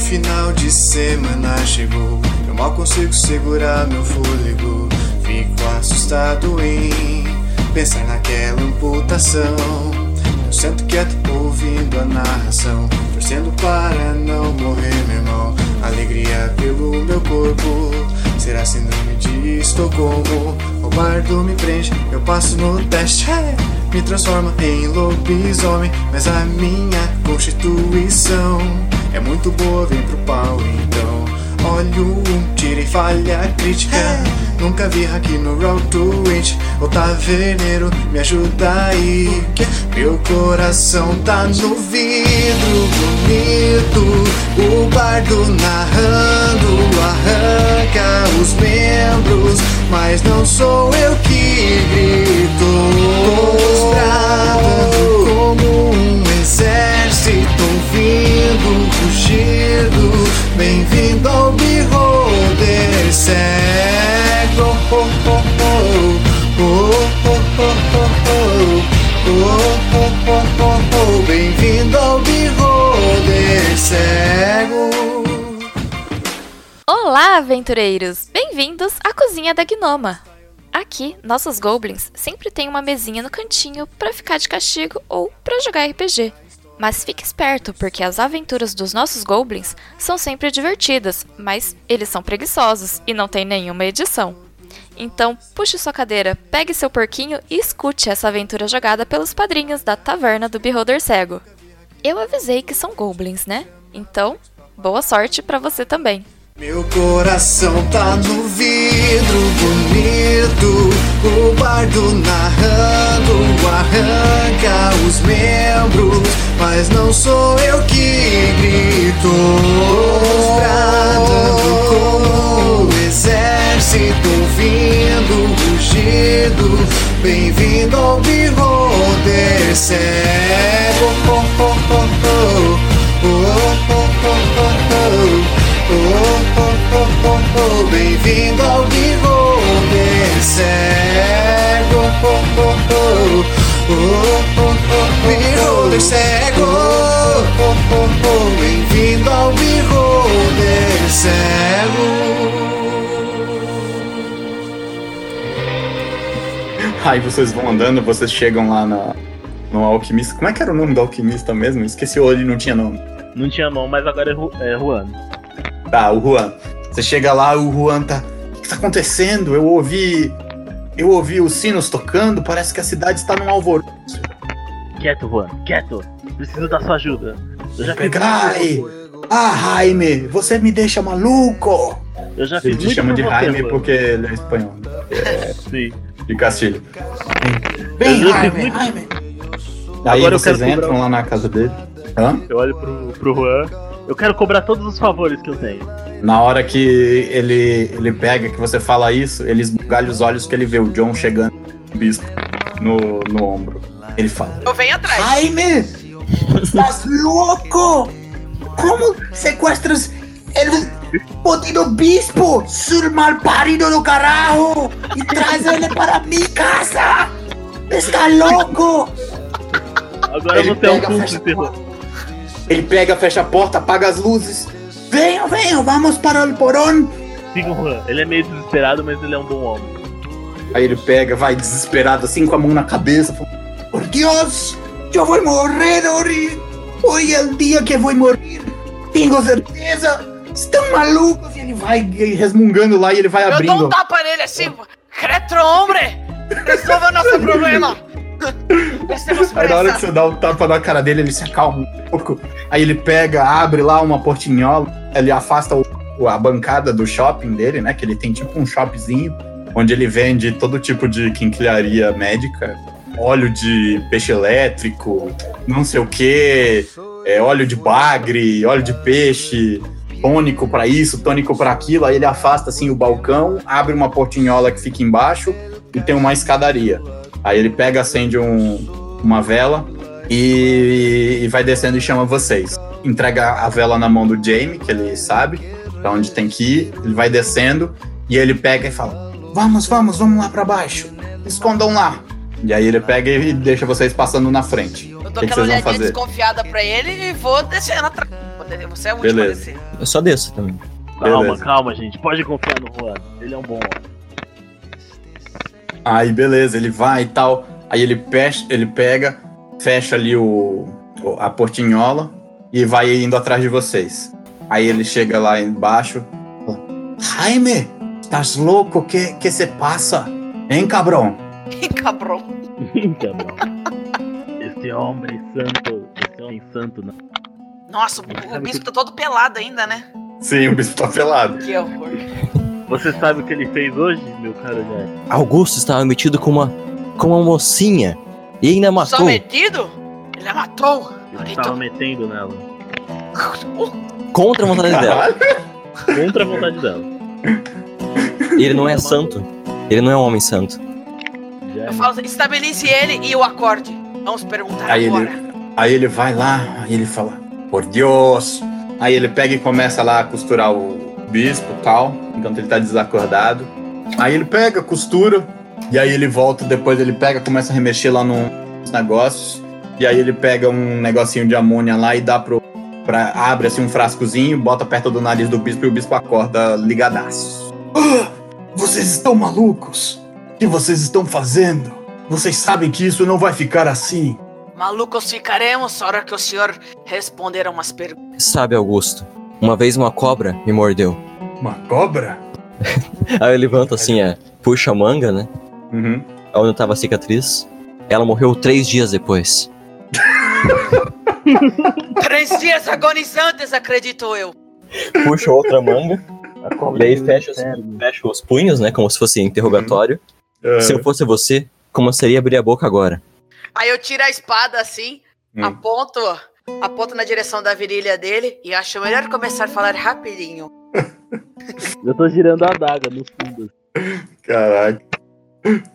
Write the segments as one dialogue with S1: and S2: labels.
S1: final de semana chegou. Eu mal consigo segurar meu fôlego. Fico assustado em pensar naquela amputação. Eu sento quieto ouvindo a narração, torcendo para não morrer, meu irmão. Alegria pelo meu corpo. Será síndrome de Estocolmo? O bardo me prende, eu passo no teste. Me transforma em lobisomem, mas a minha constituição é muito boa, vem pro pau então. Olho um, tirei falha crítica. Nunca vi hack no Road to It. Ô taverneiro, me ajuda aí. Meu coração tá no vidro bonito. O bardo narrando arranca os membros. Mas não sou eu que grito. Estrada como um exército vindo, rugido. Bem-vindo ao Beholder Cego. Oh, oh, oh. Oh, oh, oh, oh, oh. Oh, oh, oh, oh, oh. Bem-vindo ao Beholder Cego.
S2: Olá, aventureiros! Bem-vindos à cozinha da Gnoma! Aqui, nossos goblins sempre têm uma mesinha no cantinho pra ficar de castigo ou pra jogar RPG. Mas fique esperto, porque as aventuras dos nossos goblins são sempre divertidas, mas eles são preguiçosos e não tem nenhuma edição. Então, puxe sua cadeira, pegue seu porquinho e escute essa aventura jogada pelos padrinhos da Taverna do Beholder Cego. Eu avisei que são goblins, né? Então, boa sorte pra você também.
S1: Meu coração tá no vidro bonito, o bardo narrando arranca os membros, mas não sou eu que grito. Bradando como o exército vindo rugido, bem-vindo ao Beholder cego. Oh, oh, oh, oh. Oh, oh, oh, oh, oh. Oh, oh, oh, oh, oh, bem-vindo ao vivo cego. Oh, oh, oh, oh, oh, oh, Beholder cego. Oh, oh, oh, bem-vindo ao Beholder cego.
S3: Aí vocês vão andando, vocês chegam lá na, no alquimista. Como é que era o nome do alquimista mesmo? Esqueci, ou ele não tinha nome.
S4: Não tinha nome, mas agora é, Ru é Juan.
S3: Tá, o Juan. Você chega lá, o Juan tá. O que que tá acontecendo? Eu ouvi. Eu ouvi os sinos tocando, parece que a cidade está num alvoroço.
S4: Quieto, Juan, quieto. Preciso da sua ajuda. Eu já fiz,
S3: Pegai! Ah, Jaime, você me deixa maluco!
S4: eu já fiz
S3: Ele te
S4: muito
S3: chama
S4: por
S3: de
S4: você,
S3: Jaime
S4: Juan.
S3: porque ele é espanhol,
S4: Sim.
S3: de Castilho.
S4: Eu
S3: Vem,
S4: já fiz
S3: Jaime,
S4: muito-
S3: Jaime! Aí
S4: Agora eu
S3: vocês
S4: quero um
S3: entram
S4: cobrar-
S3: lá na casa dele. Hã?
S4: Eu olho pro, pro Juan. Eu quero cobrar todos os favores que eu tenho.
S3: Na hora que ele, ele pega, que você fala isso, ele esbugalha os olhos que ele vê o John chegando com o bispo no, no ombro. Ele fala:
S5: Eu venho atrás.
S3: Jaime! Estás louco! Como sequestras ele podido bispo, sur mal parido do caralho! E traz ele para minha casa! Está louco!
S4: Agora
S3: Ele
S4: você é um
S3: pega,
S4: cúmplice,
S3: fecha-
S4: Juan.
S3: Ele pega, fecha a porta, apaga as luzes. Venham, venham, vamos para o porão!
S4: Siga o Juan. Ele é meio desesperado, mas ele é um bom homem.
S3: Aí ele pega, vai desesperado, assim com a mão na cabeça. fala, Por Deus, eu vou morrer hoje. Hoje é o dia que eu vou morrer. Tenho certeza. Estão malucos? E ele vai resmungando lá e ele vai
S5: Eu dou
S3: abrindo.
S5: um tapa nele assim. Retro hombre! Resolva nosso problema! Nós temos
S3: Aí na hora que
S5: pressa.
S3: você dá o tapa na cara dele, ele se acalma um pouco. Aí ele pega, abre lá uma portinhola, ele afasta o- o- a bancada do shopping dele, né? Que ele tem tipo um shopzinho, onde ele vende todo tipo de quinquilharia médica. Óleo de peixe elétrico, não sei o que, óleo de bagre, óleo de peixe, tônico pra isso, tônico pra aquilo. Aí ele afasta assim o balcão, abre uma portinhola que fica embaixo e tem uma escadaria. Aí ele pega, acende um, uma vela e, e vai descendo e chama vocês. Entrega a vela na mão do Jamie, que ele sabe pra onde tem que ir. Ele vai descendo e ele pega e fala: Vamos, vamos, vamos lá pra baixo. Escondam lá. E aí ele pega e deixa vocês passando na frente.
S5: Eu
S3: O
S5: dou
S3: que, que vocês
S5: aquela
S3: vão
S5: olhadinha
S3: fazer?
S5: desconfiada pra ele e vou descendo atrás. vou descer. Você é o último
S3: Beleza.
S5: a descer.
S6: Eu só desço também.
S4: Calma,
S3: Beleza.
S4: calma, gente. Pode confiar no Juan. Ele é um bom homem.
S3: Aí beleza, ele vai e tal. Aí ele, pecha, ele pega, fecha ali o, o- a portinhola e vai indo atrás de vocês. Aí ele chega lá embaixo. fala, Jaime, estás louco? O que que se passa? Hein, cabrão?
S5: Ih, cabrão.
S4: Cabrão. Então, Esse homem santo. Esse homem santo. Não.
S5: Nossa, o, o bispo tá todo pelado ainda, né?
S3: Sim, o bicho tá pelado.
S5: Que horror.
S4: Você sabe o que ele fez hoje, meu caro Jair?
S6: Augusto estava metido com uma, com uma mocinha e ainda
S5: Só
S6: matou.
S5: metido? Ele é a matou.
S4: Ele
S5: Bonito.
S4: estava metendo nela.
S6: Contra a vontade dela.
S3: Caralho.
S4: Contra a vontade dela.
S6: Ele não é santo. Ele não é um homem santo.
S4: Já é
S3: É.
S5: Eu falo, assim, estabelece ele e o acorde. Vamos perguntar
S3: Aí ele-
S5: agora.
S3: Aí ele vai lá, aí ele fala, por Deus. Aí ele pega e começa lá a costurar o bispo e tal, enquanto ele tá desacordado. Aí ele pega, costura, e aí ele volta, depois ele pega, começa a remexer lá num- nos negócios. E aí ele pega um negocinho de amônia lá e dá pro. Pra, abre assim um frascozinho, bota perto do nariz do bispo e o bispo acorda ligadaço. "Ah, vocês estão malucos? O que vocês estão fazendo? Vocês sabem que isso não vai ficar assim.
S5: Malucos ficaremos a hora que o senhor responder a umas perguntas.
S6: Sabe, Augusto? Uma vez uma cobra me mordeu.
S3: Uma cobra?
S6: Aí eu levanto assim, é, puxa a manga, né?
S3: Uhum.
S6: Onde tava a cicatriz. Ela morreu três dias depois.
S5: Três dias agonizantes, acredito eu.
S6: Puxa outra manga. E aí fecha os, fecha os punhos, né? Como se fosse interrogatório. Se eu fosse você, começaria a abrir a boca agora.
S5: Aí eu tiro a espada assim,
S3: Hum.
S5: aponto, aponto na direção da virilha dele e acho melhor começar a falar rapidinho.
S4: Eu tô girando a adaga no fundo.
S3: Caraca.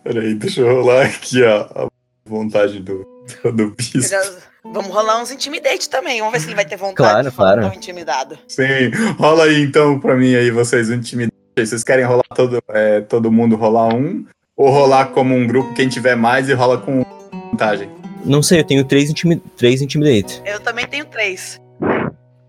S3: Peraí, deixa eu rolar aqui a, a vontade do, do, do bispo.
S5: Nós- Vamos rolar uns intimidate também, vamos ver se ele vai ter vontade
S6: Claro,
S5: de falar
S6: claro.
S5: tão intimidado.
S3: Sim, rola aí então pra mim aí, vocês, o intimidade. Vocês querem rolar todo, é, todo mundo rolar um? Ou rolar como um grupo, quem tiver mais e rola com vantagem?
S6: Não sei, eu tenho três, intimi três intimidate.
S5: Eu também tenho três.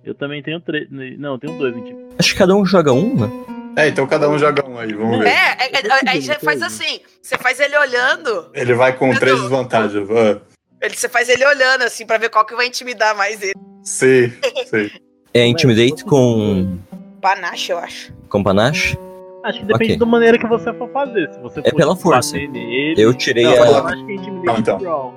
S4: Eu também tenho três. Não, eu tenho dois, mentira.
S6: Acho que cada um joga um, né?
S3: É, então cada um joga um aí, vamos
S5: É,
S3: ver.
S5: é, é, é, aí você faz assim, você faz ele olhando,
S3: Ele vai com três desvantagens. Ah,
S5: ele, você faz ele olhando assim pra ver qual que vai intimidar mais ele.
S3: sim, sim.
S6: É intimidate com.
S5: Panache, eu acho.
S6: com panache.
S4: Acho que depende
S6: Ok.
S4: da maneira que você for fazer. Se você
S6: É
S4: for
S6: pela
S4: bater
S6: força.
S4: Nele,
S6: Eu tirei,
S4: não,
S6: a-
S4: eu acho que é intimidation
S3: Então.
S4: roll.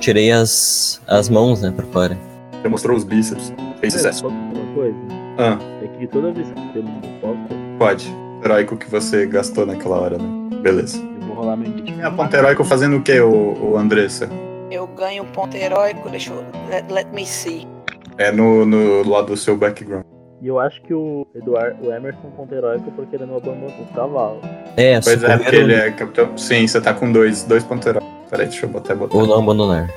S6: tirei as, as mãos, né, pra fora.
S3: Ele mostrou os bíceps. Fez
S4: É,
S3: sucesso.
S4: Uma coisa.
S3: É. Ah,
S4: É que toda vez que eu não posso,
S3: pode. Heróico que você gastou naquela hora, né? Beleza.
S4: eu vou rolar meu intimidation.
S3: É a ponta heróica fazendo o que, o, Andressa?
S5: Eu ganho um ponto heróico, deixa eu. Let, let me see.
S3: É no, no lado do seu background.
S4: E eu acho que o Eduardo, o Emerson contra heróico porque ele não abandonou o cavalo.
S6: É,
S3: Pois é,
S6: socorrer
S3: porque ele é capitão. Sim, você tá com dois, dois pontos heróicos. Peraí, deixa eu botar, botar.
S6: ou não abandonar.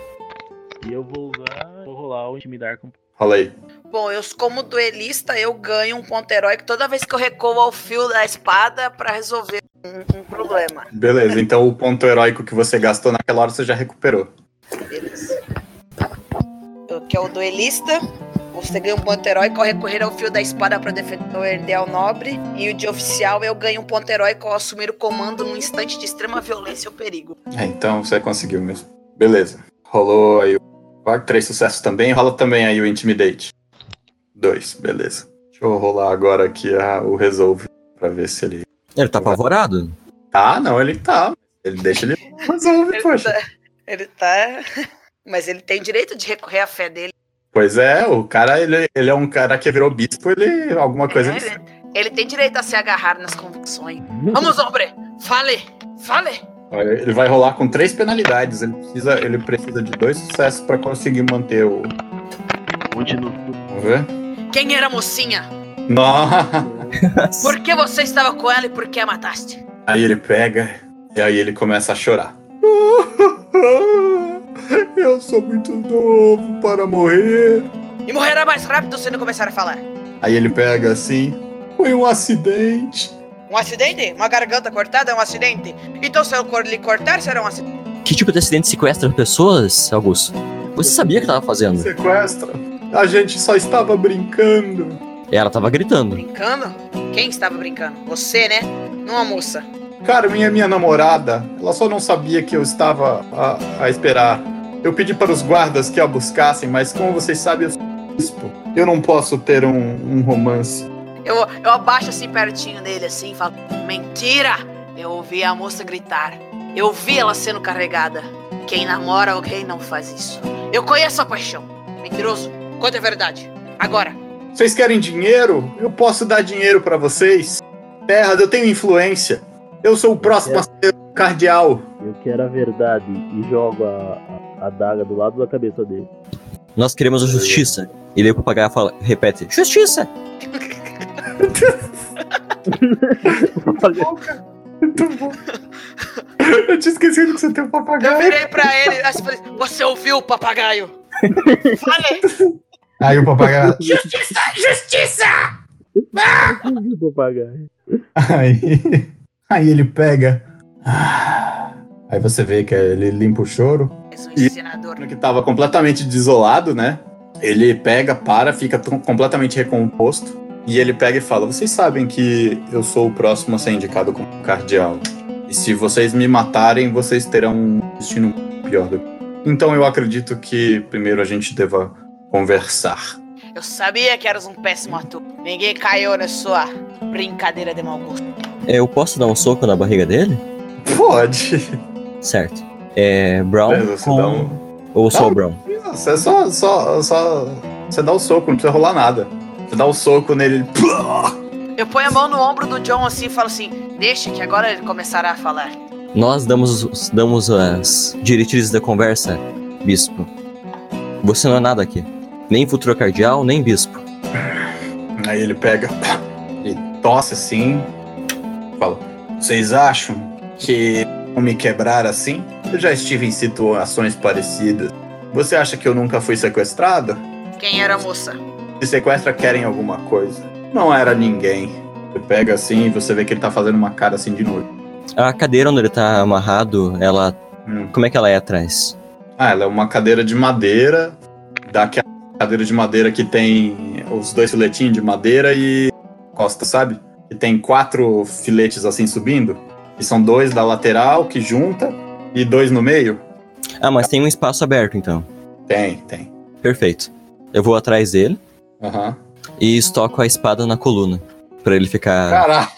S4: E eu vou usar, vou rolar o intimidar com.
S3: Rola aí.
S5: Bom, eu como duelista, eu ganho um ponto heróico toda vez que eu recuo ao fio da espada pra resolver um, um problema.
S3: Beleza, então o ponto heróico que você gastou naquela hora você já recuperou.
S5: Beleza. Eu- Que é o duelista. Você ganha um ponto heróico ao recorrer ao fio da espada pra defender ao nobre. E o de oficial, eu ganho um ponto heróico ao assumir o comando num instante de extrema violência ou perigo.
S3: É, então você conseguiu mesmo. Beleza. Rolou aí o. vai, Três sucessos também. Rola também aí o Intimidate. Dois, beleza. Deixa eu rolar agora aqui a- o Resolve pra ver se ele.
S6: Ele tá apavorado.
S3: Tá, não, ele tá. Ele deixa ele. Resolve,
S5: Ele
S3: poxa.
S5: tá, ele tá. Mas ele tem direito de recorrer à fé dele.
S3: Pois é, o cara, ele, ele é um cara que virou bispo, ele. Alguma coisa.
S5: É,
S3: ele-
S5: ele, ele tem direito a se agarrar nas convicções. Vamos, hombre! Fale! Fale!
S3: Olha, Ele vai rolar com três penalidades. Ele precisa, ele precisa de dois sucessos pra conseguir manter o.
S4: Continua.
S3: Vamos ver?
S5: Quem era a mocinha?
S3: Nossa!
S5: Por que você estava com ela e por que a mataste?
S3: Aí ele pega e aí ele começa a chorar. Eu sou muito novo para morrer.
S5: E morrerá mais rápido se não começar a falar.
S3: Aí ele pega assim. Foi um acidente.
S5: Um acidente? Uma garganta cortada é um acidente? Então se eu cor- lhe cortar, será um acidente.
S6: Que tipo de acidente sequestra pessoas, Augusto? Você sabia o que tava fazendo?
S3: Sequestra. A gente só estava brincando.
S6: Ela tava gritando.
S5: Brincando? Quem estava brincando? Você, né? Não a moça.
S3: Carminha é minha namorada. Ela só não sabia que eu estava a, a esperar. Eu pedi para os guardas que a buscassem, mas como vocês sabem, eu sou bispo. Eu não posso ter um, um romance.
S5: Eu, eu abaixo assim pertinho dele, assim, e falo: Mentira! Eu ouvi a moça gritar. Eu vi ela sendo carregada. Quem namora é alguém não faz isso. Eu conheço a paixão. Mentiroso, conta a verdade. Agora.
S3: Vocês querem dinheiro? Eu posso dar dinheiro para vocês. Terra, eu tenho influência. Eu sou o próximo a ser o cardeal.
S4: Eu quero a verdade e jogo a, a, a daga do lado da cabeça dele.
S6: Nós queremos a justiça. E daí o papagaio fala, repete: Justiça!
S4: O papagaio-
S3: Muito bom. Eu tinha esquecido que você tem um
S5: Eu
S3: papagaio.
S5: virei pra ele assim, falei: Você ouviu o papagaio? Falei!
S3: Aí o papagaio.
S4: o papagaio.
S3: Aí, aí ele pega. Aí você vê que ele limpa o choro.
S5: Mais um
S3: E-
S5: ensinador.
S3: Que tava completamente desolado, né? Ele pega, para, fica tão- completamente recomposto. E ele pega e fala: Vocês sabem que eu sou o próximo a ser indicado como cardeal. E se vocês me matarem, vocês terão um destino pior do que. Então eu acredito que primeiro a gente deva conversar.
S5: Eu sabia que eras um péssimo ator. Ninguém caiu na sua brincadeira de mau gosto.
S6: É, Eu posso dar um soco na barriga dele?
S3: Pode.
S6: Certo. É. Brown.
S3: É, você
S6: com-
S3: dá um-
S6: Ou só
S3: Dá
S6: o
S3: um-
S6: Brown?
S3: Nossa, é só, só, só. Você dá o soco, não precisa rolar nada. Você dá o soco nele. ele-
S5: Eu ponho a mão no ombro do John assim e falo assim: Deixa que agora ele começará a falar.
S6: Nós damos, os- damos as diretrizes da conversa, bispo. Você não é nada aqui. Nem futuro cardeal, nem bispo.
S3: Aí ele pega e tosse assim. Fala: Vocês acham que vão me quebrar assim? Eu já estive em situações parecidas. Você acha que eu nunca fui sequestrado?
S5: Quem era a moça?
S3: Se sequestra, querem alguma coisa. Não era ninguém. Você pega assim e você vê que ele tá fazendo uma cara assim de novo.
S6: A cadeira onde ele tá amarrado, ela.
S3: Hum.
S6: Como é que ela é atrás?
S3: Ah, ela é uma cadeira de madeira, daquela cadeira de madeira que tem os dois filetinhos de madeira e costa, sabe? Que tem quatro filetes assim subindo, e são dois da lateral que junta e dois no meio.
S6: Ah, mas tem um espaço aberto então.
S3: Tem, tem.
S6: Perfeito. Eu vou atrás dele
S3: Aham.
S6: e estoco a espada na coluna. Pra ele ficar.
S3: Caralho,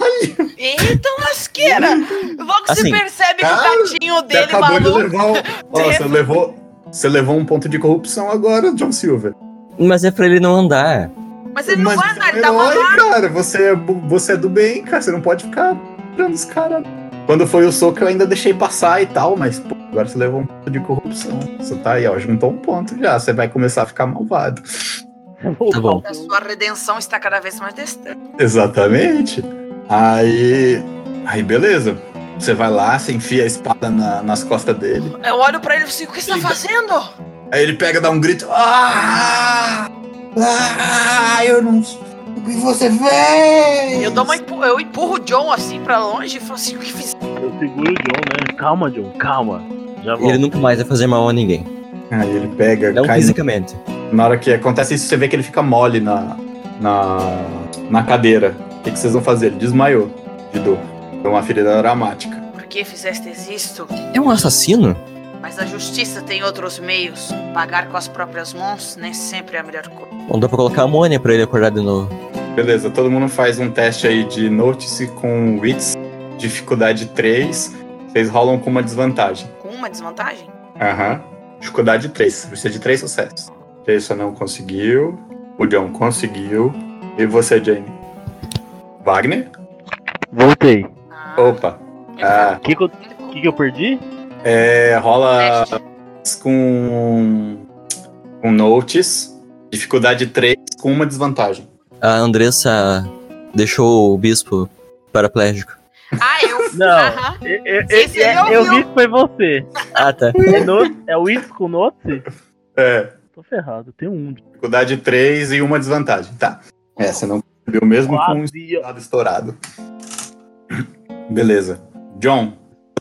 S5: Eita lasqueira! Logo se
S6: Assim,
S5: percebe que
S3: cara,
S5: o gatinho
S3: você
S5: dele,
S3: acabou de
S5: maluco.
S3: levar. um- Ó, você levou. Você levou um ponto de corrupção agora, John Silver.
S6: Mas é pra ele não andar.
S5: Mas ele não
S3: Mas
S5: vai
S3: você é
S5: andar,
S3: um
S5: ele tá
S3: herói,
S5: maluco.
S3: cara. Você é, bu- você é do bem, cara. Você não pode ficar dando os caras. Quando foi o soco, eu ainda deixei passar e tal, mas pô, agora você levou um ponto de corrupção. Você tá aí, ó, juntou um ponto já. Você vai começar a ficar malvado.
S6: Tá bom.
S5: A sua redenção está cada vez mais distante.
S3: Exatamente. Aí. Aí, beleza. Você vai lá, você enfia a espada na- nas costas dele.
S5: Eu olho pra ele e falo assim: O que você tá fazendo?
S3: Aí ele pega, dá um grito. Ah! Ah! Eu não. O que você fez?
S5: Eu, dou uma empu- eu empurro o John assim pra longe e falo assim: O que fiz?
S4: Eu seguro o John, né? Calma, John, calma. Já volto.
S6: Ele nunca mais vai fazer mal a ninguém.
S3: Aí tá ele pega,
S6: Não
S3: cai no
S6: fisicamente.
S3: Na hora que acontece isso, você vê que ele fica mole na, na, na cadeira. O que, que vocês vão fazer? Ele desmaiou de dor. Foi uma ferida dramática.
S5: Por que fizeste isto?
S6: É um assassino?
S5: Mas a justiça tem outros meios. Pagar com as próprias mãos nem sempre é a melhor coisa.
S6: Não dá pra colocar amônia pra ele acordar de novo.
S3: Beleza, todo mundo faz um teste aí de notice com wits, dificuldade 3. Vocês rolam com uma desvantagem.
S5: Com uma desvantagem?
S3: Aham. Dificuldade 3. Precisa de 3 sucessos. Jason não conseguiu. O John conseguiu. E você, Jane? Wagner?
S4: Voltei.
S5: Ah,
S3: Opa.
S5: ele
S3: Ah,
S4: O que, que, eu-
S5: Ele
S4: o
S5: falou.
S4: que que eu perdi?
S3: é, rola
S5: Teste.
S3: com com notes, dificuldade 3 com uma desvantagem.
S6: A Andressa deixou o bispo paraplégico.
S5: Ah, eu.
S4: Não.
S5: Aham.
S4: É- é-
S5: Sim,
S4: é-
S5: sim, ele
S4: é-
S5: ouviu.
S4: eu vi que foi você.
S6: Ah, tá.
S4: É, no- é o isso com note?
S3: É,
S4: Tô ferrado, tem um.
S3: dificuldade 3 e uma desvantagem, tá? É, você não percebeu mesmo com um
S4: Quase.
S3: estourado estourado. Beleza. John,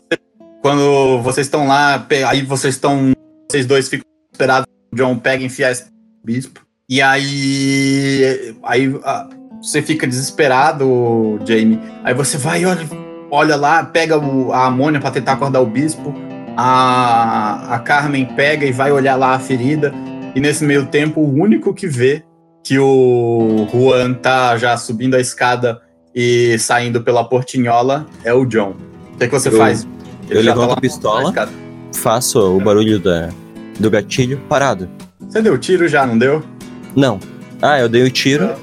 S3: você- quando vocês estão lá, pe- aí vocês estão. Vocês dois ficam desesperados. John pega e enfia a espada no bispo. E aí. Aí ah, você fica desesperado, Jamie. Aí você vai, olha, olha lá, pega o- a amônia pra tentar acordar o bispo. A, a Carmen pega e vai olhar lá a ferida. E nesse meio tempo, o único que vê que o Juan tá já subindo a escada e saindo pela portinhola é o John. O que, é que você
S6: Eu-
S3: faz?
S6: eu
S3: já tá
S6: levanto
S3: lá
S6: a pistola.
S3: na escada.
S6: Faço o barulho da, do gatilho parado.
S3: Você deu tiro já, não deu?
S6: Não. Ah, eu dei o tiro.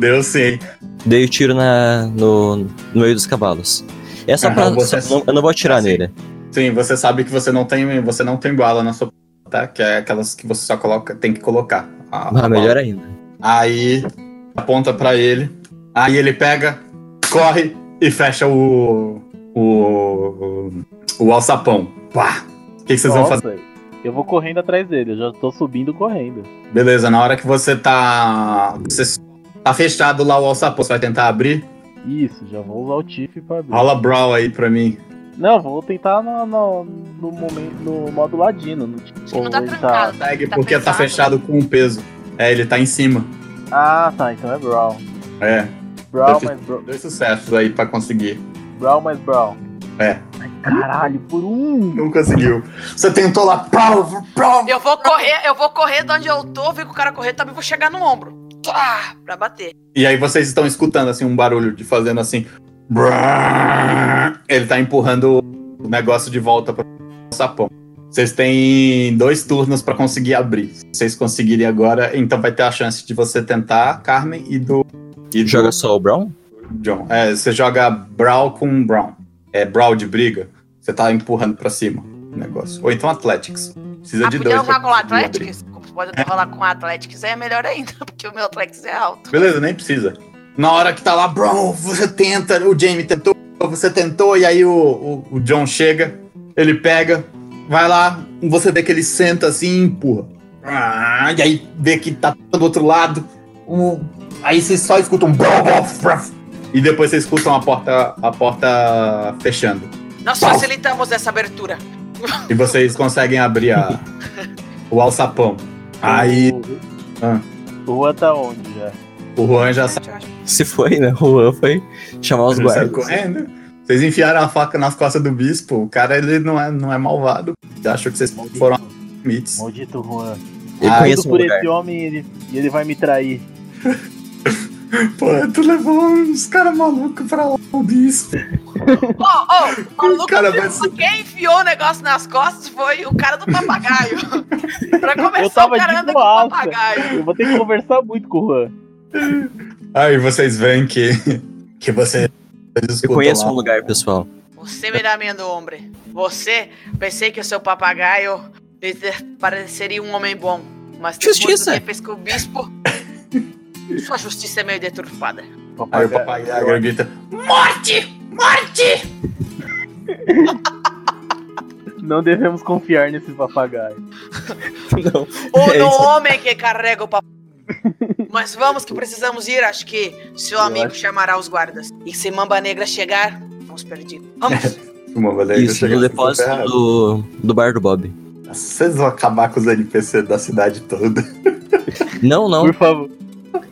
S3: Deu sim.
S6: Dei o tiro na, no, no meio dos cavalos. É só
S3: Aham,
S6: pra.
S3: você-
S6: só- não- eu não vou atirar
S3: assim.
S6: nele.
S3: Sim, você sabe que você não tem, você não tem bala na sua tá? Que é aquelas que você só coloca, tem que colocar. a- a
S6: Ah,
S3: bala.
S6: melhor ainda.
S3: Aí aponta pra ele. Aí ele pega, corre e fecha o o o alçapão. Pá. O que, que vocês vão fazer?
S4: Nossa, Eu vou correndo atrás dele, eu já tô subindo correndo.
S3: Beleza, na hora que você tá você tá fechado lá o alçapão, você vai tentar abrir?
S4: Isso, já vou usar o Tiff pra abrir.
S3: Rola brawl aí pra mim.
S4: Não, vou tentar no, no, no momento, no modo ladino. No,
S5: que não
S4: ou
S5: tá
S4: ele
S5: trancado.
S3: Segue
S5: Tá
S3: porque tá
S5: pesado.
S3: fechado com o peso. É, ele tá em cima.
S4: Ah, tá, então é Brawl.
S3: É,
S4: Brawl
S3: Dois-
S4: mais Brawl.
S3: dois sucessos aí pra conseguir.
S4: Brawl mais Brawl.
S3: É.
S4: Ai, caralho, por um!
S3: Não conseguiu. Você tentou lá, pau, pau.
S5: Eu vou correr, eu vou correr de onde eu tô, vi que o cara correr também, vou chegar no ombro. Tá, pra bater.
S3: E aí vocês estão escutando assim um barulho de fazendo assim. brrrr. Ele tá empurrando o negócio de volta para o sapão. Vocês têm dois turnos pra conseguir abrir. Se vocês conseguirem agora, então vai ter a chance de você tentar, Carmen, e do. E do
S6: Joga só o Brown?
S3: John. É, você joga Brawl com Brown. É Brawl de briga. Você tá empurrando pra cima o negócio. Ou então Athletics. Precisa
S5: Ah,
S3: de
S5: podia
S3: dois. pra
S5: rolar com o
S3: conseguir abrir.
S5: Atlético? Pode rolar com o Atlético, é melhor ainda, porque o meu Atlético é alto.
S3: Beleza, nem precisa. Na hora que tá lá, bro, você tenta, o Jamie tentou, você tentou, e aí o, o, o John chega, ele pega, vai lá, você vê que ele senta assim e empurra. Ah, E aí vê que tá do outro lado, o- aí vocês só escutam um brau, brau, brau, e depois vocês escutam a porta, a porta fechando.
S5: Nós facilitamos essa abertura.
S3: E vocês conseguem abrir a, o alçapão. Aí
S4: O-
S3: Ah.
S4: O Juan tá onde já?
S3: o Juan já
S6: Se foi, né? O Juan foi chamar os
S3: Você sabe
S6: guardas.
S3: qual é, né? Vocês enfiaram a faca nas costas do bispo, o cara ele não é, não é malvado. Ele Achou que vocês foram limites.
S4: Maldito Juan.
S6: Eu
S3: Ah,
S6: conheço
S4: Tudo
S6: o
S4: por
S6: lugar.
S4: esse homem e ele, e ele vai me trair.
S3: Pô, tu levou uns caras malucos pra lá, o bispo.
S5: Ô, ô, o maluco
S3: Cara,
S5: viu
S3: mas-
S5: que quem enfiou o negócio nas costas foi o cara do papagaio. pra começar,
S4: Eu tava
S5: o cara
S4: de
S5: anda com
S4: boaça.
S5: papagaio.
S4: Eu vou ter que conversar muito com o Juan.
S3: Aí vocês veem que, que você.
S6: Eu conheço um lugar, pessoal.
S5: Você me dá medo, homem. Você, pensei que o seu papagaio ele pareceria um homem bom. Mas depois
S6: Justiça.
S5: do que fez com o bispo, sua justiça é meio deturpada.
S3: Aí o papagaio grita.
S4: Não devemos confiar nesse papagaio.
S6: Não.
S3: Oh,
S5: Ou
S6: É
S5: no
S6: isso.
S5: homem que carrega o papagaio. Mas vamos que precisamos ir, acho que seu
S4: Eu
S5: amigo
S4: acho-
S5: chamará os guardas. E se Mamba Negra chegar, vamos perdidos. Vamos!
S6: É.
S3: Uma baleia que
S6: Isso,
S3: chega
S6: no
S3: assim,
S6: depósito
S3: ferrado.
S6: do, do bar do Bob.
S3: Vocês vão acabar com os NPC da cidade toda.
S6: Não, não.
S4: Por favor.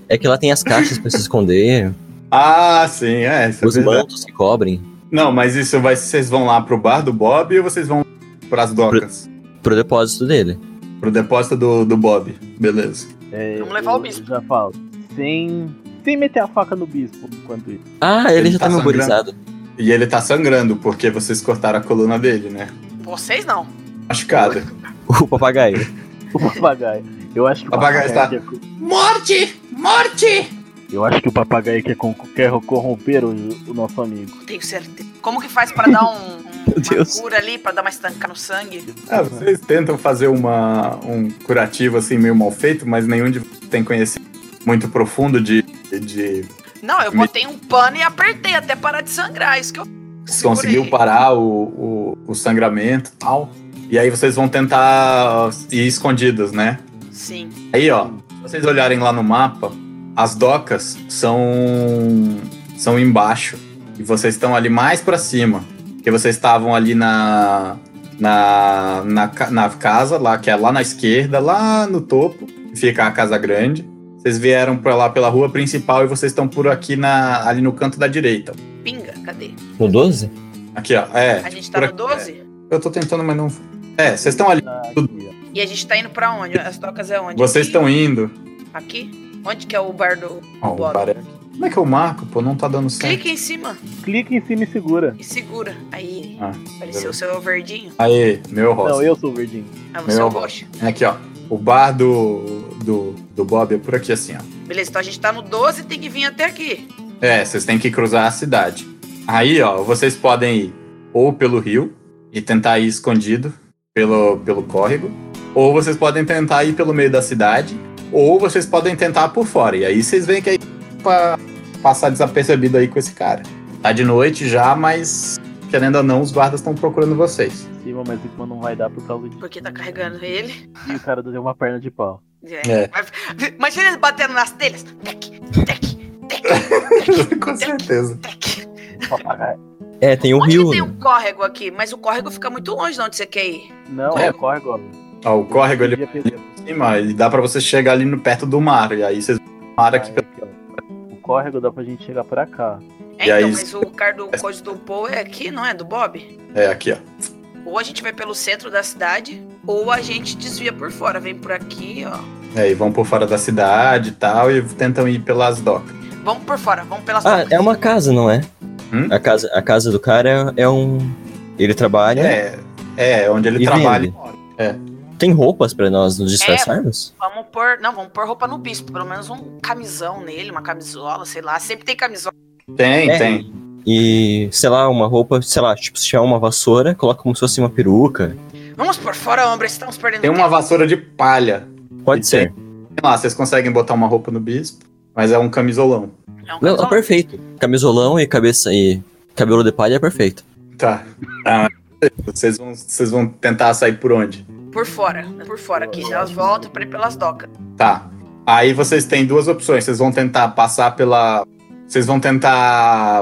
S6: É que lá tem as caixas pra se esconder,
S3: Ah, sim, é. Isso é
S6: os
S3: verdade.
S6: mantos que cobrem.
S3: Não, mas isso vai. Vocês vão lá pro bar do Bob ou vocês vão pras docas?
S6: Pro depósito dele.
S3: Pro depósito do, do Bob. Beleza.
S4: É,
S5: Vamos levar o
S4: eu
S5: bispo.
S4: Já falo. Sem, sem meter a faca no bispo enquanto isso.
S6: Ah, ele,
S3: Ele
S6: já tá
S3: tá
S6: memorizado.
S3: E ele tá sangrando, porque vocês cortaram a coluna dele, né?
S5: Vocês não.
S3: Machucada.
S6: O papagaio.
S4: O papagaio. Eu acho que o
S3: Papagaio
S4: papagaio.
S3: está-
S4: quer-
S1: Morte! Morte!
S4: Eu acho que o papagaio quer, con- quer corromper o, o nosso amigo.
S5: Tenho certeza. Como que faz pra dar um, um- uma
S6: Deus.
S5: cura ali, pra dar uma estanca no sangue?
S3: Ah, vocês tentam fazer uma, um curativo assim meio mal feito, mas nenhum de vocês tem conhecimento muito profundo de, de
S5: Não, eu
S3: Me-
S5: botei um pano e apertei até parar de sangrar. Isso que eu
S3: conseguiu
S5: segurei.
S3: parar o, o, o sangramento e tal. E aí vocês vão tentar ir escondidas, né?
S5: Sim.
S3: Aí, ó, se vocês olharem lá no mapa, as docas são são embaixo e vocês estão ali mais pra cima, porque vocês estavam ali na na, na ca- na casa lá que é lá na esquerda, lá no topo, fica a casa grande. Vocês vieram pra lá pela rua principal e vocês estão por aqui na, ali no canto da direita.
S5: Pinga, cadê?
S6: No 12?
S3: Aqui, ó. É.
S5: A gente
S3: por
S5: tá no
S3: aqui.
S5: 12?
S3: Eu tô tentando, mas não. É, vocês estão ali.
S4: Ah,
S5: E a gente tá indo pra onde? As trocas é onde?
S3: Vocês
S5: Aqui?
S3: estão indo.
S5: Aqui? Onde que é o bar do.
S3: Ó, o
S5: Bora.
S3: bar é aqui. Como é que eu marco? Pô, não tá dando certo.
S5: Clica em cima
S4: Clica em cima e segura.
S5: e segura. Aí.
S3: Ah,
S5: apareceu o seu verdinho.
S3: Aí, meu rosto.
S4: Não, eu sou o verdinho.
S5: Ah, você é
S3: Meu.
S5: o roxo.
S3: Aqui, ó. O bar do, do, do Bob é por aqui, assim, ó.
S5: Beleza, então a gente tá no 12 e tem que vir até aqui.
S3: É, vocês têm que cruzar a cidade. Aí, ó, vocês podem ir ou pelo rio e tentar ir escondido pelo, pelo córrego, ou vocês podem tentar ir pelo meio da cidade, ou vocês podem tentar por fora. E aí vocês veem que aí pra passar desapercebido aí com esse cara. Tá de noite já, mas querendo ou não, os guardas estão procurando vocês.
S4: Em cima, mas em cima não vai dar por causa disso.
S5: Porque tá carregando ele.
S4: E o cara deu uma perna de pau.
S5: É.
S3: É.
S5: Vai- Imagina ele batendo nas telhas. Tec, tec,
S3: com certeza.
S5: tec.
S4: Papagaio.
S6: É, tem o
S5: Onde
S6: rio.
S5: que tem
S6: né?
S5: um córrego aqui? Mas o córrego fica muito longe de onde você quer ir.
S4: Não,
S3: É.
S4: é, corre agora.
S3: Ó, o córrego ele
S4: Podia perder.
S3: Sim, mas dá pra você chegar ali no perto do mar. E aí vocês vão pro mar aqui.
S4: Aí, aqui, ó. O córrego dá pra gente chegar pra cá.
S5: É,
S3: E aí-
S5: então, mas o cara do coisa do Paul é aqui, não é? Do Bob?
S3: É, aqui, ó.
S5: Ou a gente vai pelo centro da cidade, ou a gente desvia por fora. Vem por aqui, ó.
S3: É, e vão por fora da cidade e tal, e tentam ir pelas docas.
S5: Vamos por fora, vamos pelas
S6: Ah,
S5: trocas.
S6: é uma casa, não é?
S3: Hum?
S6: A, casa, a casa do cara é um. Ele trabalha.
S3: É, é onde ele
S6: E
S3: trabalha.
S6: É. Tem roupas pra nós nos disfarçarmos?
S5: Vamos pôr. Não, vamos pôr roupa no bispo. Pelo menos um camisão nele, uma camisola, sei lá. Sempre tem camisola.
S3: Tem,
S6: É.
S3: tem.
S6: E, sei lá, uma roupa, sei lá, tipo, se tiver uma vassoura, coloca como se fosse uma peruca.
S5: Vamos por fora, Ambra, estamos perdendo
S3: Tem uma
S5: tempo.
S3: vassoura de palha.
S6: Pode
S3: E
S6: ser.
S3: Sei lá, vocês conseguem botar uma roupa no bispo, mas é um camisolão.
S5: É um
S6: Não,
S5: camisolão.
S6: perfeito. Camisolão e cabeça e cabelo de palha é perfeito.
S3: Tá. Ah, vocês, vão, vocês vão tentar sair por onde?
S5: Por fora, por fora aqui. Elas voltam pra ir pelas docas.
S3: Tá. Aí vocês têm duas opções. Vocês vão tentar passar pela. Vocês vão tentar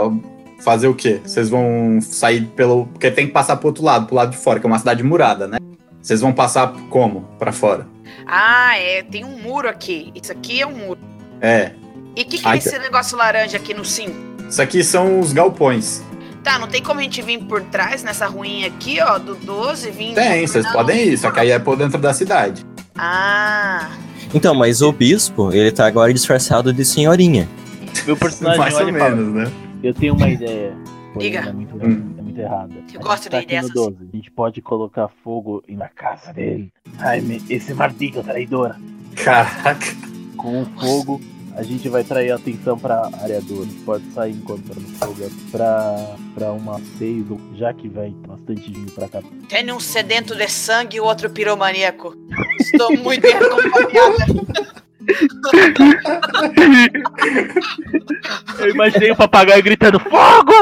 S3: fazer o quê? Vocês vão sair pelo. Porque tem que passar pro outro lado, pro lado de fora, que é uma cidade murada, né? Vocês vão passar como? Pra fora.
S5: Ah, é. Tem um muro aqui. Isso aqui é um muro.
S3: É.
S5: E o que, que
S3: Ai,
S5: é esse negócio laranja aqui no cinto?
S3: Isso aqui são os galpões.
S5: Tá, não tem como a gente vir por trás nessa ruinha aqui, ó, do 12, 20.
S3: Tem, vocês
S5: Não.
S3: podem ir, só que aí é por dentro da cidade.
S5: Ah,
S6: Então, mas o bispo, ele tá agora disfarçado de senhorinha.
S4: Meu personagem
S3: Mais
S4: olha
S3: ou
S4: e fala,
S3: menos, né?
S4: eu tenho uma ideia. Porém,
S5: Diga.
S4: É muito,
S3: Hum.
S4: é muito errada. A gente
S5: gosto de
S4: tá aqui
S5: ideias
S4: no 12. A gente pode colocar fogo em- na casa dele. Ai, me- esse maldito traidor.
S3: Caraca.
S4: Com o fogo, a gente vai trair a atenção pra área 12. Pode sair encontrando fogo pra, pra uma 6, ou- já que vai bastante gente pra cá.
S5: tem um sedento de sangue e outro piromaníaco. Estou muito bem acompanhada.
S4: Eu imaginei o papagaio gritando: Fogo!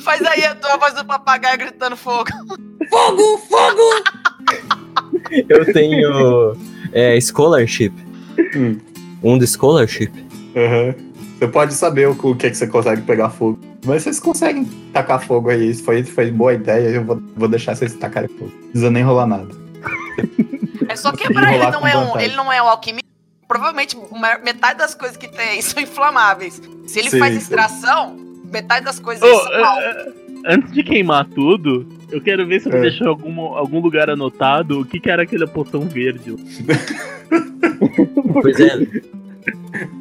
S5: Faz aí a tua voz do papagaio gritando fogo.
S6: Eu tenho é, scholarship.
S3: Hum.
S6: Um de scholarship.
S3: Uhum. Você pode saber o que, o que que você consegue pegar fogo. Mas vocês conseguem tacar fogo aí. Isso foi, foi boa ideia. Eu vou, vou deixar vocês tacarem fogo. Não precisa nem rolar nada.
S5: É só quebrar,
S3: Enrolar
S5: ele não
S3: com
S5: é, um,
S3: vantagem.
S5: ele não é um alquimista. Provavelmente ma- metade das coisas que tem aí são inflamáveis. Se ele
S3: Sim,
S5: faz
S3: sim.
S5: extração, metade das coisas
S4: Ô,
S5: são mal.
S4: é, é, antes de queimar tudo, eu quero ver se ele
S3: É.
S4: deixou algum, algum lugar anotado o que, que era aquela poção verde.
S6: Pois é,
S3: É,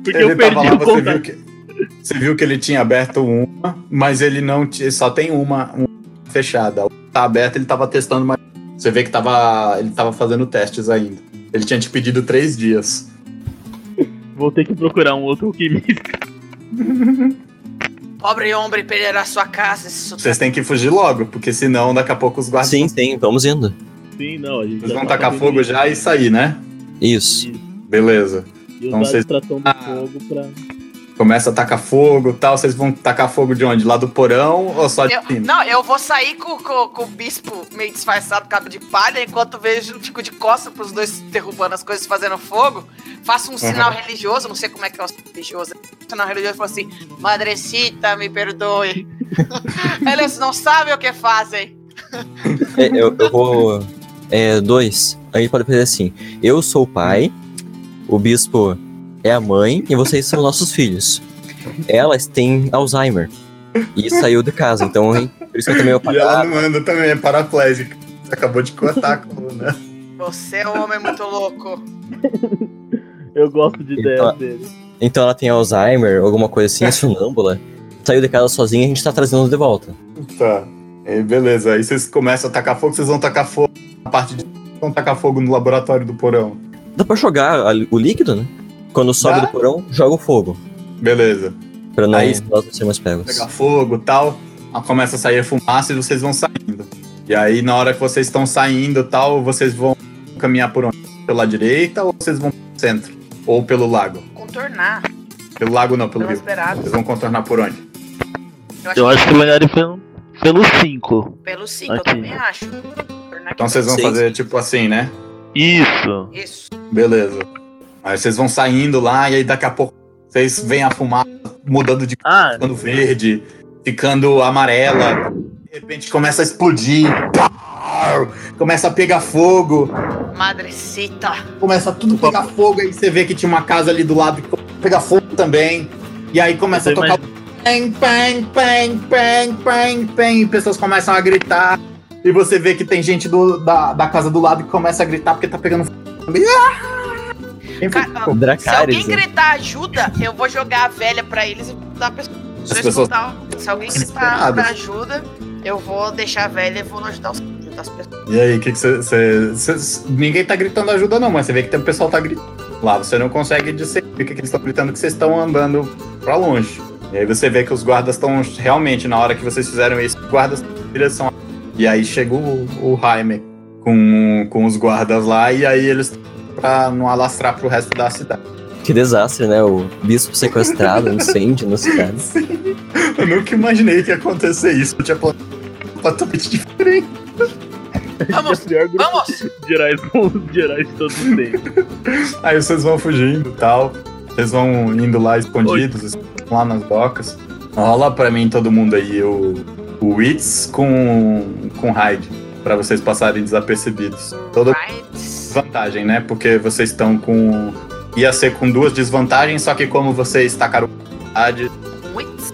S4: Porque eu perdi o
S3: você viu,
S4: contato.
S3: que, você viu que ele tinha aberto uma, mas ele não tinha. Só tem uma, uma fechada. A outra tá aberta, ele tava testando, mas. Você vê que tava. Ele tava fazendo testes ainda. Ele tinha te pedido três dias.
S4: Vou ter que procurar um outro alquimista.
S5: Pobre homem perderá sua casa. Isso
S3: Vocês têm que fugir logo, porque senão daqui a pouco os guardas.
S6: sim, sim, vamos indo.
S4: Sim, não, a gente
S3: Vocês
S4: já
S3: vão
S4: tá
S3: tacar
S4: fazendo
S3: fogo
S4: isso.
S3: já e sair, né?
S6: Isso.
S3: Beleza.
S4: E
S3: Então
S4: usar a
S3: vocês-
S4: extração do
S3: Ah.
S4: fogo pra.
S3: Começa a tacar fogo e tal. Vocês vão tacar fogo de onde? Lá do porão ou só de
S5: Eu-
S3: cima?
S5: não, eu vou sair com, com- com o bispo meio disfarçado, cabo de palha, enquanto vejo, fico de costas pros dois derrubando as coisas, fazendo fogo. Faço um sinal religioso, não sei como é que é o sinal religioso. Um sinal religioso e falo assim: Madrecita, me perdoe. Eles não sabem o que fazem.
S6: É, eu, eu vou. é, dois, a gente pode fazer assim: eu sou o pai, o bispo é a mãe e vocês são nossos filhos. Elas têm Alzheimer e saiu de casa, então hein, por isso que eu também
S3: E ela não anda também, é paraplégica. Acabou de cortar a coluna.
S5: Você é um homem muito louco.
S4: Eu gosto de
S6: Então-
S4: ideia dele.
S6: Então ela tem Alzheimer, alguma coisa assim, é sonâmbula. Saiu de casa sozinha e a gente tá trazendo de volta.
S3: Tá. É, beleza, aí vocês começam a tacar fogo, vocês vão tacar fogo na parte de. Vão tacar fogo no laboratório do porão.
S6: Dá pra jogar ali- o líquido, né? Quando sobe
S3: Dá.
S6: do porão, joga o fogo.
S3: Beleza.
S6: Pra não,
S3: Aí-
S6: nós não sermos pegos.
S3: pegar fogo e tal. Aí Começa a sair a fumaça e vocês vão saindo. E aí, na hora que vocês estão saindo e tal, vocês vão caminhar por onde? Pela direita ou vocês vão pro centro? Ou pelo lago?
S5: Contornar,
S3: Pelo lago não, pelo
S5: pelo
S3: rio.
S5: esperado.
S3: Vocês vão contornar por onde?
S4: Eu acho que é melhor ir pelo, pelo 5.
S5: Pelo 5, eu
S4: Aqui.
S5: também acho. Contornar
S3: Então
S5: aqui.
S3: vocês vão
S6: Sim.
S3: fazer tipo assim, né?
S4: Isso.
S5: Isso.
S3: Beleza. Aí vocês vão saindo lá e aí daqui a pouco vocês veem a fumaça mudando de
S4: Ah,
S3: ficando verde, ficando amarela. De repente começa a explodir. Pau! Começa a pegar fogo.
S5: Madrecita.
S3: começa tudo a pegar fogo, aí você vê que tinha uma casa ali do lado que começa a pegar fogo também. E aí começa a
S4: Eu tô
S3: tocar. Pem, pem, pem, pem, pem, pem. E pessoas começam a gritar. E você vê que tem gente do- da, da casa do lado que começa a gritar porque tá pegando fogo. também. Ah! Quem foi?
S5: Cara, Se
S6: Dracarys,
S5: alguém
S6: né?
S5: gritar ajuda, eu vou jogar a velha pra eles e dar a pessoa. Se, eu
S3: As pessoas-
S5: escutar- se alguém gritar
S3: Desesperadas.
S5: pra ajuda, eu vou deixar a velha e vou ajudar, os... ajudar as pessoas.
S3: E aí, o que que você. você- você- Ninguém tá gritando ajuda, não, mas você vê que tem- o pessoal tá gritando. Lá você não consegue discernir o que, que eles estão gritando, que vocês estão andando pra longe. E aí você vê que os guardas estão realmente, na hora que vocês fizeram isso, os guardas estão em direção. a- E aí chega o, o Jaime com, com os guardas lá, e aí eles estão pra não alastrar pro resto da cidade.
S6: Que desastre, né? O bispo sequestrado, um incêndio na cidade.
S3: Eu nunca imaginei que ia acontecer isso. Eu tinha planejado completamente diferente.
S5: Vamos,
S4: pior grupo
S5: vamos!
S4: de gerais, os gerais todos têm.
S3: Aí vocês vão fugindo e tal. Vocês vão indo lá escondidos, escondidos lá nas docas. Rola pra mim todo mundo aí o, o Wits com, com Hyde, pra vocês passarem desapercebidos. Toda
S5: Right.
S3: desvantagem, né? Porque vocês estão com. Ia ser com duas desvantagens, só que como vocês tacaram vontade,
S5: Muito.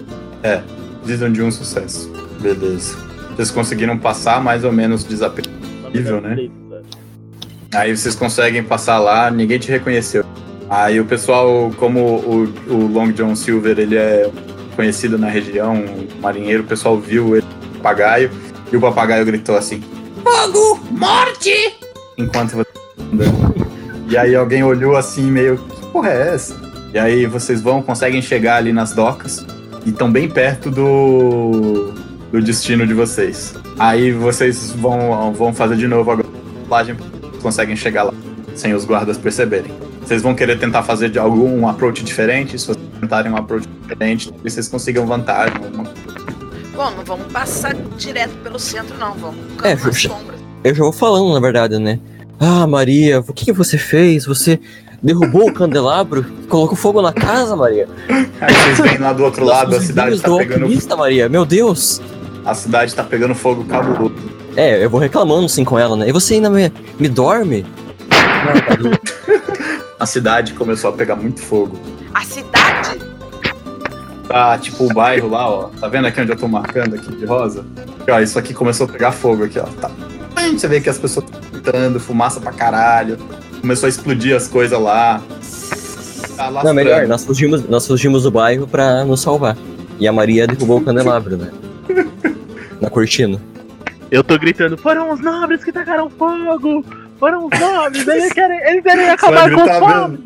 S3: precisam de um sucesso. Beleza. Vocês conseguiram passar mais ou menos desapercebidos. Horrível, né? Aí vocês conseguem passar lá, ninguém te reconheceu. Aí o pessoal, como o, o Long John Silver, ele é conhecido na região, um marinheiro, o pessoal viu ele, o papagaio, e o papagaio gritou assim, Fogo! Morte! Enquanto você anda. E aí alguém olhou assim, meio, que porra é essa? E aí vocês vão, conseguem chegar ali nas docas, e estão bem perto do, do destino de vocês. Aí vocês vão, vão fazer de novo agora a rolagem conseguem chegar lá sem os guardas perceberem. Vocês vão querer tentar fazer de algum um approach diferente, se vocês tentarem um approach diferente, talvez vocês consigam vantagem. alguma coisa.
S5: Bom, não vamos passar direto pelo centro, não. Vamos
S6: É,
S5: caminhar nas
S6: Xuxa.
S5: sombras.
S6: Eu já vou falando, na verdade, né? Ah, Maria, o que, que você fez? Você derrubou o candelabro? Colocou fogo na casa, Maria?
S3: Aí vocês veem lá do outro lado, a
S6: Nossos
S3: cidade
S6: inimigos
S3: tá
S6: do
S3: pegando,
S6: alquimista, Maria, meu Deus!
S3: a cidade tá pegando fogo cabuloso.
S6: É, eu vou reclamando assim com ela, né? E você ainda me, me dorme?
S3: A cidade começou a pegar muito fogo.
S5: A cidade?
S3: Tá tipo o bairro lá, ó. Tá vendo aqui onde eu tô marcando aqui de rosa? Aqui, ó, isso aqui começou a pegar fogo aqui, ó. Tá. Você vê que as pessoas estão gritando, fumaça pra caralho. Começou a explodir as coisas lá. Tá
S6: Não, melhor,
S3: lastrando.
S6: nós fugimos, nós fugimos do bairro pra nos salvar. E a Maria derrubou o candelabro, né? Na cortina.
S4: Eu tô gritando, foram os nobres que tacaram fogo! Foram os nobres, eles querem, eles querem acabar
S3: Vai
S4: com
S3: gritar
S4: o fogo!
S3: mesmo.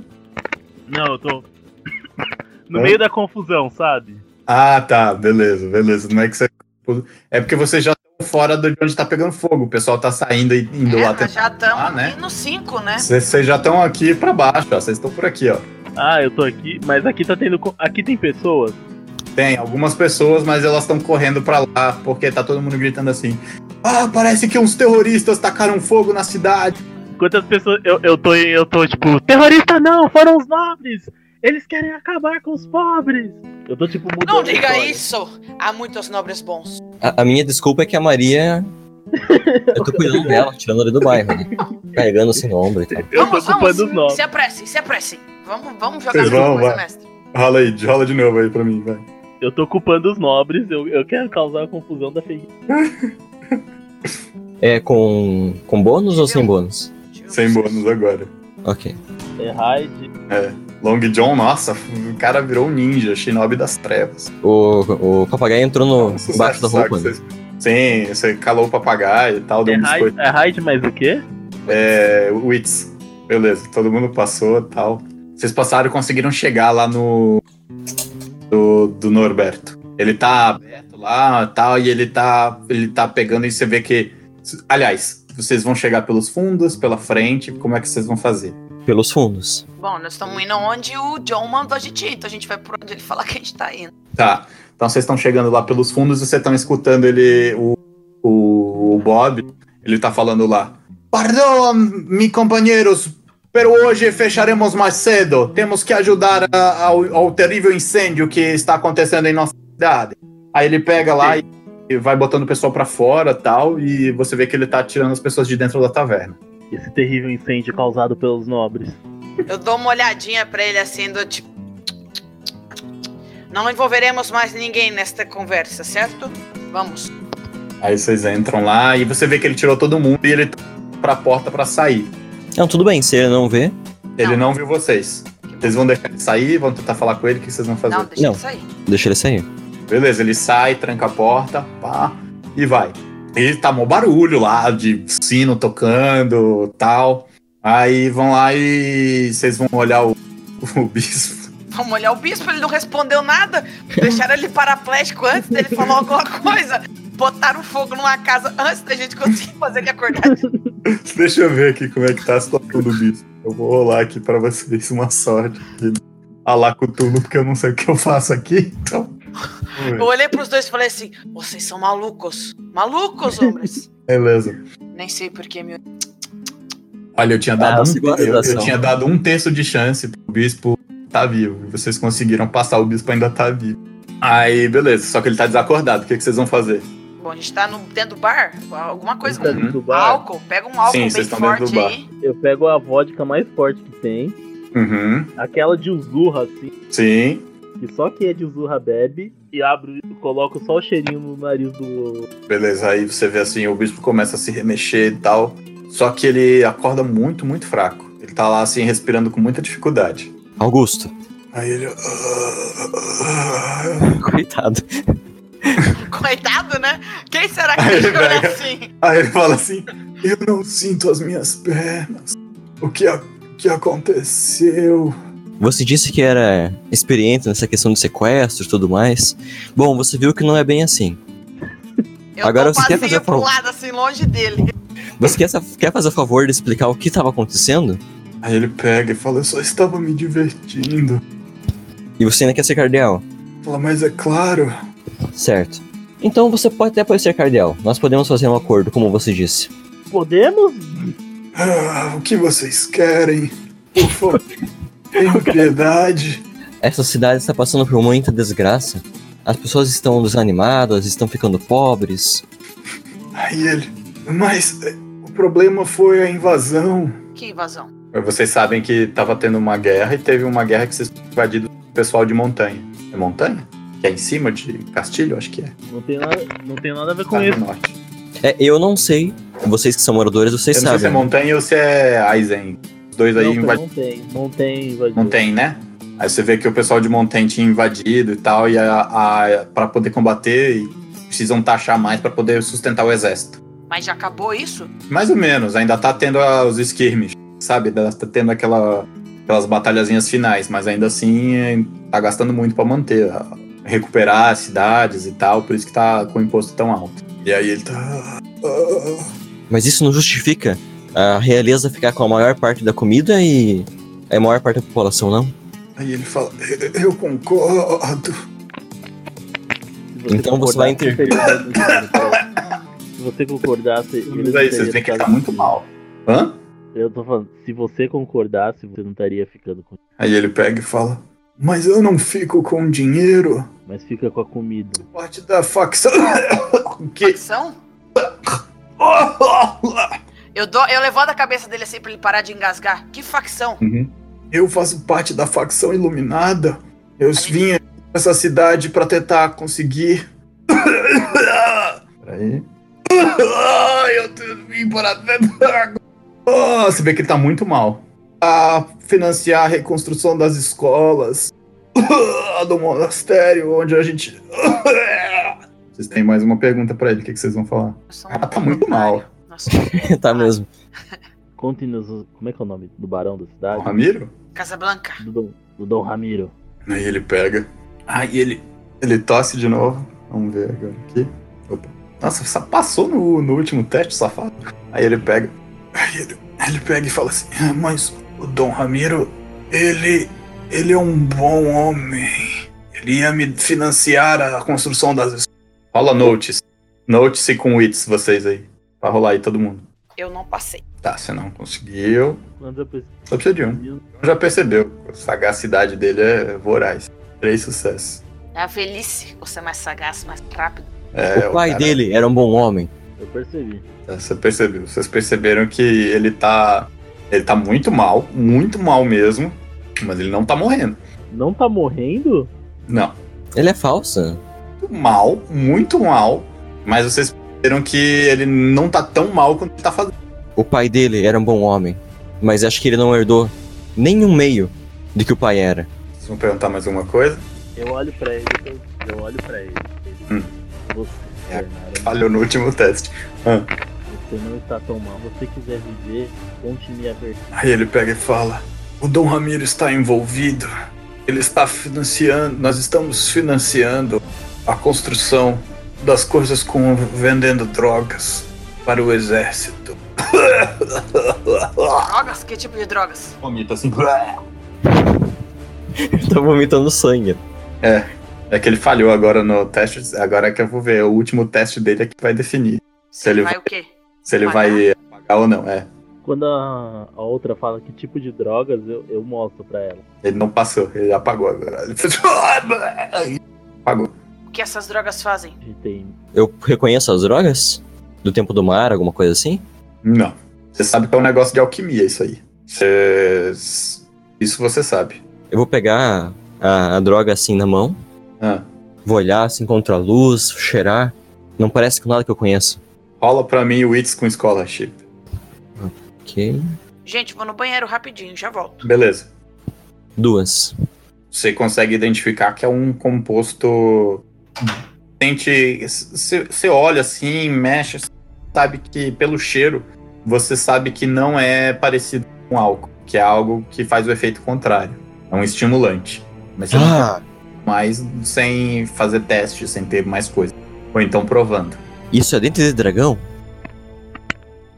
S4: Não, eu tô. No
S3: Hã?
S4: meio da confusão, sabe?
S3: Ah, tá, beleza, beleza. Não é que você. É porque vocês já estão fora de onde tá pegando fogo. O pessoal tá saindo e indo lá.
S5: É,
S3: tentar.
S5: nós já estamos
S3: Ah, né?
S5: aqui no 5, né?
S3: Vocês vocês já estão aqui pra baixo, ó. Vocês estão por aqui, ó.
S4: Ah, eu tô aqui, mas aqui tá tendo. co- Aqui tem pessoas.
S3: Tem algumas pessoas, mas elas estão correndo pra lá porque tá todo mundo gritando assim. Ah, parece que uns terroristas tacaram fogo na cidade.
S4: Quantas pessoas. Eu, eu tô, eu tô tipo, terrorista não, foram os nobres! Eles querem acabar com os pobres! Eu tô tipo mudando.
S5: Não
S4: a
S5: diga
S4: história.
S5: isso! Há muitos nobres bons.
S6: A, a minha desculpa é que a Maria Eu tô cuidando dela, tirando ela do bairro, né? Carregando assim no ombro e tal.
S4: Eu tô ocupando os
S5: vamos,
S4: nove.
S5: se apressem, se apressem. Vamos, vamos jogar
S3: Vocês
S5: alguma
S3: vão,
S5: coisa,
S3: vai.
S5: mestre.
S3: Rola aí, rola de novo aí pra mim, vai.
S4: Eu tô culpando os nobres, eu, eu quero causar a confusão da feitiça.
S6: É com, com bônus ou sem bônus?
S5: Deixa eu
S3: Sem
S5: ver.
S3: bônus agora.
S6: Ok.
S4: É raid.
S3: Long John, nossa, o cara virou um ninja, Shinobi das Trevas.
S6: O, o papagaio entrou no,
S3: Sucesso,
S6: embaixo da
S3: sabe?
S6: roupa. Né?
S3: Você- Sim, você calou o papagaio e tal, deu
S4: É
S3: um
S4: raid,
S3: biscoito.
S4: é raid mais o quê?
S3: É, Wits. Beleza, todo mundo passou e tal. Vocês passaram e conseguiram chegar lá no. Do, do Norberto. Ele tá aberto lá e tal, e ele tá, ele tá pegando e você vê que. Aliás, vocês vão chegar pelos fundos, pela frente, como é que vocês vão fazer?
S6: Pelos fundos.
S5: Bom, nós estamos indo onde o John mandou a gente ir, então a gente vai por onde ele falar que a gente tá indo.
S3: Tá. Então vocês estão chegando lá pelos fundos e vocês estão escutando ele, o, o, o Bob, ele tá falando lá. Perdão, meus companheiros, pero hoje fecharemos mais cedo. Temos que ajudar a- ao, ao terrível incêndio que está acontecendo em nossa cidade. Aí ele pega lá e, e vai botando o pessoal pra fora tal, e você vê que ele tá tirando as pessoas de dentro da taverna.
S4: Esse terrível incêndio causado pelos nobres.
S5: Eu dou uma olhadinha pra ele assim, do tipo. Não envolveremos mais ninguém nesta conversa, certo? Vamos.
S3: Aí vocês entram lá e você vê que ele tirou todo mundo e ele tá pra porta pra sair.
S6: Não, tudo bem, se ele não vê.
S3: Ele
S5: Não.
S3: não viu vocês. Vocês vão deixar ele sair, vão tentar falar com ele, o que vocês vão fazer?
S5: Não, deixa
S6: Não.
S5: ele sair.
S6: Deixa ele sair.
S3: Beleza, ele sai, tranca a porta, pá, e vai. Ele tá mó barulho lá, de sino tocando tal. Aí vão lá e vocês vão olhar o, o bispo.
S5: Vamos olhar o bispo, ele não respondeu nada. Deixaram ele paraplégico antes dele falar alguma coisa. Botaram fogo numa casa antes da gente conseguir fazer ele acordar.
S3: Deixa eu ver aqui como é que tá a situação do bispo. Eu vou rolar aqui pra vocês uma sorte. A lá Cthulhu, porque eu não sei o que eu faço aqui, então.
S5: Eu olhei pros dois e falei assim: vocês são malucos. Malucos, homens.
S3: Beleza.
S5: Nem sei porquê, meu.
S3: Olha, eu tinha dado,
S6: Ah,
S3: um,
S6: você gosta
S3: eu-
S6: da
S3: eu
S6: ação.
S3: tinha dado um terço de chance pro bispo tá vivo. E Vocês conseguiram passar, o bispo ainda tá vivo. Aí, beleza, só que ele tá desacordado. O que, que vocês vão fazer?
S5: Bom, a gente tá no, dentro do bar? Alguma coisa.
S4: Tá
S5: Um
S4: dentro do bar.
S5: álcool. Pega um álcool
S3: Sim,
S5: bem
S3: vocês estão dentro
S5: forte
S3: do bar.
S5: aí.
S4: Eu pego a vodka mais forte que tem.
S3: Uhum.
S4: Aquela de Uzurra, assim.
S3: Sim,
S4: Que só quem é de Uzurra bebe. E abro, coloco só o cheirinho no nariz do.
S3: beleza. Aí você vê assim, o bispo começa a se remexer e tal. Só que ele acorda muito, muito fraco. Ele tá lá assim, respirando com muita dificuldade.
S6: Augusto.
S3: Aí ele.
S6: Coitado.
S5: Coitado, né? Quem será que
S3: Aí,
S5: deixou ele
S3: velho.
S5: assim?
S3: Aí ele fala assim: Eu não sinto as minhas pernas. O que, a- que aconteceu?
S6: Você disse que era experiente nessa questão de sequestro e tudo mais. Bom, você viu que não é bem assim.
S5: Eu
S6: Agora
S5: tô
S6: você quer
S5: vazio
S6: fazer a
S5: pro
S6: prova?
S5: lado, assim, longe dele.
S6: Você quer, sa- quer fazer o favor de explicar o que estava acontecendo?
S3: Aí ele pega e fala: Eu só estava me divertindo.
S6: E você ainda quer ser cardeal,
S3: Fala, mas é claro.
S6: certo? Então você pode até poder ser cardeal. Nós podemos fazer um acordo, como você disse.
S4: Podemos?
S3: Ah, o que vocês querem? Por favor, tenham piedade.
S6: Essa cidade está passando por muita desgraça. As pessoas estão desanimadas, estão ficando pobres.
S3: Aí ele: Mas eh, o problema foi a invasão.
S5: Que invasão.
S3: Vocês sabem que tava tendo uma guerra e teve uma guerra que vocês invadiram o pessoal de montanha. É montanha? Que é em cima de Castilho, acho que é.
S4: Não tem nada, não tem nada a ver com
S3: Tá no
S4: isso.
S3: norte.
S6: É, eu não sei. Vocês que são moradores, vocês
S3: Eu não sei se é
S6: sabem.
S3: montanha ou se é Aizen. Os dois aí
S4: Não,
S3: invadiram.
S4: não tem, não tem, invadido.
S3: Montaigne, né? Aí você vê que o pessoal de Montaigne tinha invadido e tal, e a, a, para poder combater, e precisam taxar mais para poder sustentar o exército.
S5: Mas já acabou isso?
S3: Mais ou menos, ainda tá tendo ah, os skirmish, sabe? Ainda Tá tendo aquela, aquelas batalhazinhas finais, mas ainda assim eh, tá gastando muito para manter, ah, recuperar as cidades e tal, por isso que tá com o imposto tão alto. E aí ele tá.
S6: Mas isso não justifica a realeza ficar com a maior parte da comida e a maior parte da população, não?
S3: Aí ele fala: Eu concordo.
S4: Se
S6: Então você vai
S4: concordasse,
S6: intervir.
S4: seria muito bom. Se você concordasse. ele
S3: Mas
S4: não
S3: aí
S4: teria
S3: vocês veem que ele tá
S4: ficado
S3: muito
S4: com-
S3: mal. Hã?
S4: Eu tô falando, se você concordasse, você não estaria ficando com.
S3: Aí ele pega e fala: Mas eu não fico com dinheiro.
S4: Mas fica com a comida.
S3: Parte da facção. é que
S5: Facção? Eu, dou, eu levanto a cabeça dele assim pra ele parar de engasgar. Que facção?
S3: Uhum. Eu faço parte da facção iluminada. Eu vim aqui nessa cidade pra tentar conseguir. Peraí. Eu vim para tentar. Ah, Você vê que ele tá muito mal. A financiar a reconstrução das escolas. Do monastério, onde a gente. Vocês têm mais uma pergunta pra ele, o que que vocês vão falar?
S5: Nós somos
S3: Ela tá muito mal.
S5: Nós somos
S3: Ah,
S6: tá mesmo.
S4: Contem-nos. o- Como é que é o nome do barão da
S3: O
S4: cidade?
S3: Ramiro?
S5: Casablanca.
S4: Do, Dom- do Dom Ramiro.
S3: Aí ele pega. Aí ele. Ele tosse de novo. Vamos ver agora aqui. Opa. Nossa, só passou no, no último teste, safado. Aí ele pega. Aí ele, ele pega e fala assim: "Ah, Mas o Dom Ramiro, ele. Ele é um bom homem. Ele ia me financiar a construção das. es-" Rola notes. Notes com wits, vocês aí. Pra rolar aí todo mundo.
S5: Eu não passei.
S3: Tá, você não conseguiu.
S4: Quando eu preciso.
S3: Só precisa de um. Já percebeu. A sagacidade dele é voraz. Três sucessos.
S5: Na velhice, você é mais sagaz, mais rápido.
S3: É,
S6: o pai
S3: cara-
S6: dele era um bom homem.
S4: Eu percebi.
S3: Você percebeu? Vocês perceberam que ele tá. Ele tá muito mal, muito mal mesmo. Mas ele não tá morrendo.
S4: Não tá morrendo?
S3: Não.
S6: Ele é falsa.
S3: Muito Mal, muito mal. Mas vocês perceberam que ele não tá tão mal quanto ele tá fazendo.
S6: O pai dele era um bom homem. Mas acho que ele não herdou nem um meio do que o pai era.
S3: Vocês vão perguntar mais alguma coisa?
S4: Eu olho pra ele. eu- Eu olho pra ele.
S3: Hum.
S4: Você,
S3: É.
S4: Bernardo,
S3: Falhou no último teste.
S4: você não está tão mal. Você quiser viver, continue a ver.
S3: Aí ele pega e fala: O Dom Ramiro está envolvido. Ele está financiando, nós estamos financiando a construção das coisas com vendendo drogas para o exército.
S5: Drogas? Que tipo de drogas?
S3: Vomita assim.
S6: Ele tá vomitando sangue.
S3: É que ele falhou agora no teste. Agora é que eu vou ver. O último teste dele é que vai definir
S5: Você
S3: ele
S5: vai o quê?
S3: se ele vai pagar ou não. É,
S4: Quando a, a outra fala que tipo de drogas, eu, eu mostro pra ela.
S3: ele não passou, ele apagou agora. Ele fez. Apagou.
S5: O que essas drogas fazem?
S4: A gente tem.
S6: Eu reconheço as drogas? Do tempo do mar, alguma coisa assim?
S3: Não. Você sabe que é um negócio de alquimia isso aí. Cê- Isso você sabe.
S6: Eu vou pegar a, a droga assim na mão,
S3: Ah,
S6: vou olhar assim contra a luz, cheirar. Não parece com nada que eu conheço.
S3: rola pra mim o Wits com Scholarship.
S6: Ok.
S5: Gente, vou no banheiro rapidinho, já volto.
S3: Beleza.
S6: Duas.
S3: Você consegue identificar que é um composto. Sente. Você olha assim, mexe, sabe que pelo cheiro, você sabe que não é parecido com álcool, que é algo que faz o efeito contrário. É um estimulante. Mas você não
S6: Ah!
S3: mas sem fazer teste, sem ter mais coisa. Ou então provando.
S6: Isso é dente de dragão?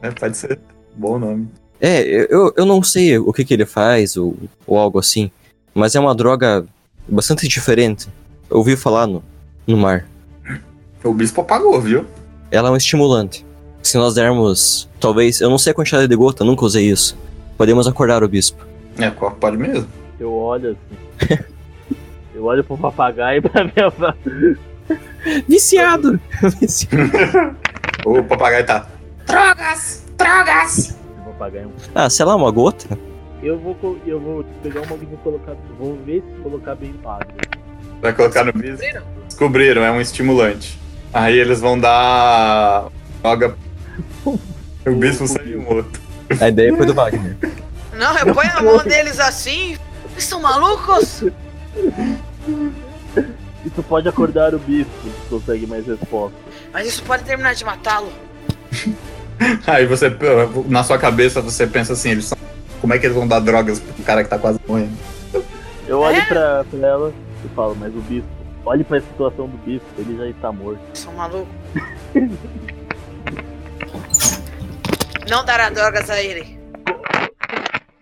S3: É, pode ser. Bom nome.
S6: É, eu- eu, eu não sei o que, que ele faz ou, ou algo assim, mas é uma droga bastante diferente. Eu ouvi falar no, no mar.
S3: O bispo apagou, viu?
S6: Ela é um estimulante. Se nós dermos, talvez, eu não sei a quantidade de gota, nunca usei isso. Podemos acordar o bispo.
S3: É, co- pode mesmo.
S4: Eu olho assim. eu olho pro papagaio e pra minha avó.
S6: Viciado! Viciado.
S3: O papagaio tá. Drogas! Drogas!
S4: O papagaio. é um-
S6: ah, sei lá, uma gota?
S4: Eu vou, co- eu vou pegar uma e vou colocar. Vou ver se colocar bem pago.
S3: Vai colocar no bispo. Descobriram, é um estimulante. Aí eles vão dar. Joga. O bispo sai um outro.
S6: A ideia foi do Wagner.
S5: Não, eu ponho a mão deles assim. Vocês são malucos?
S4: Isso pode acordar o bispo, se consegue mais resposta.
S5: Mas isso pode terminar de matá-lo.
S3: Aí você, na sua cabeça, você pensa assim: eles são. Como é que eles vão dar drogas pro cara que tá quase morrendo?
S4: Eu
S5: É?
S4: olho pra, pra ela e falo, mas o bispo, olhe pra situação do bispo, ele já está morto.
S5: Vocês são malucos. Não dará drogas a ele.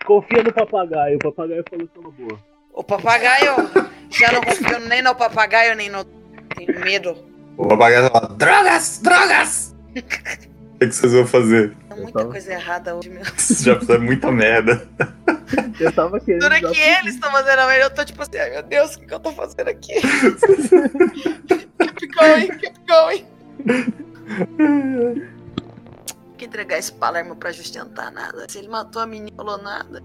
S4: Confia no papagaio, o papagaio falou que é uma boa.
S5: O papagaio. Já não confio nem no papagaio, nem no. Tenho medo.
S3: O papagaio fala: Drogas! Drogas! O que que vocês vão fazer?
S5: Tem Muita coisa errada hoje, meu.
S3: Isso já fizeram muita merda.
S4: Eu tava querendo.
S5: Dura
S4: dar-
S5: é que eles estão fazendo a merda, eu tô tipo assim, ai meu Deus, o que, que eu tô fazendo aqui? keep going, keep going. que entregar esse Palermo pra sustentar nada. Se ele matou a menina, não falou nada.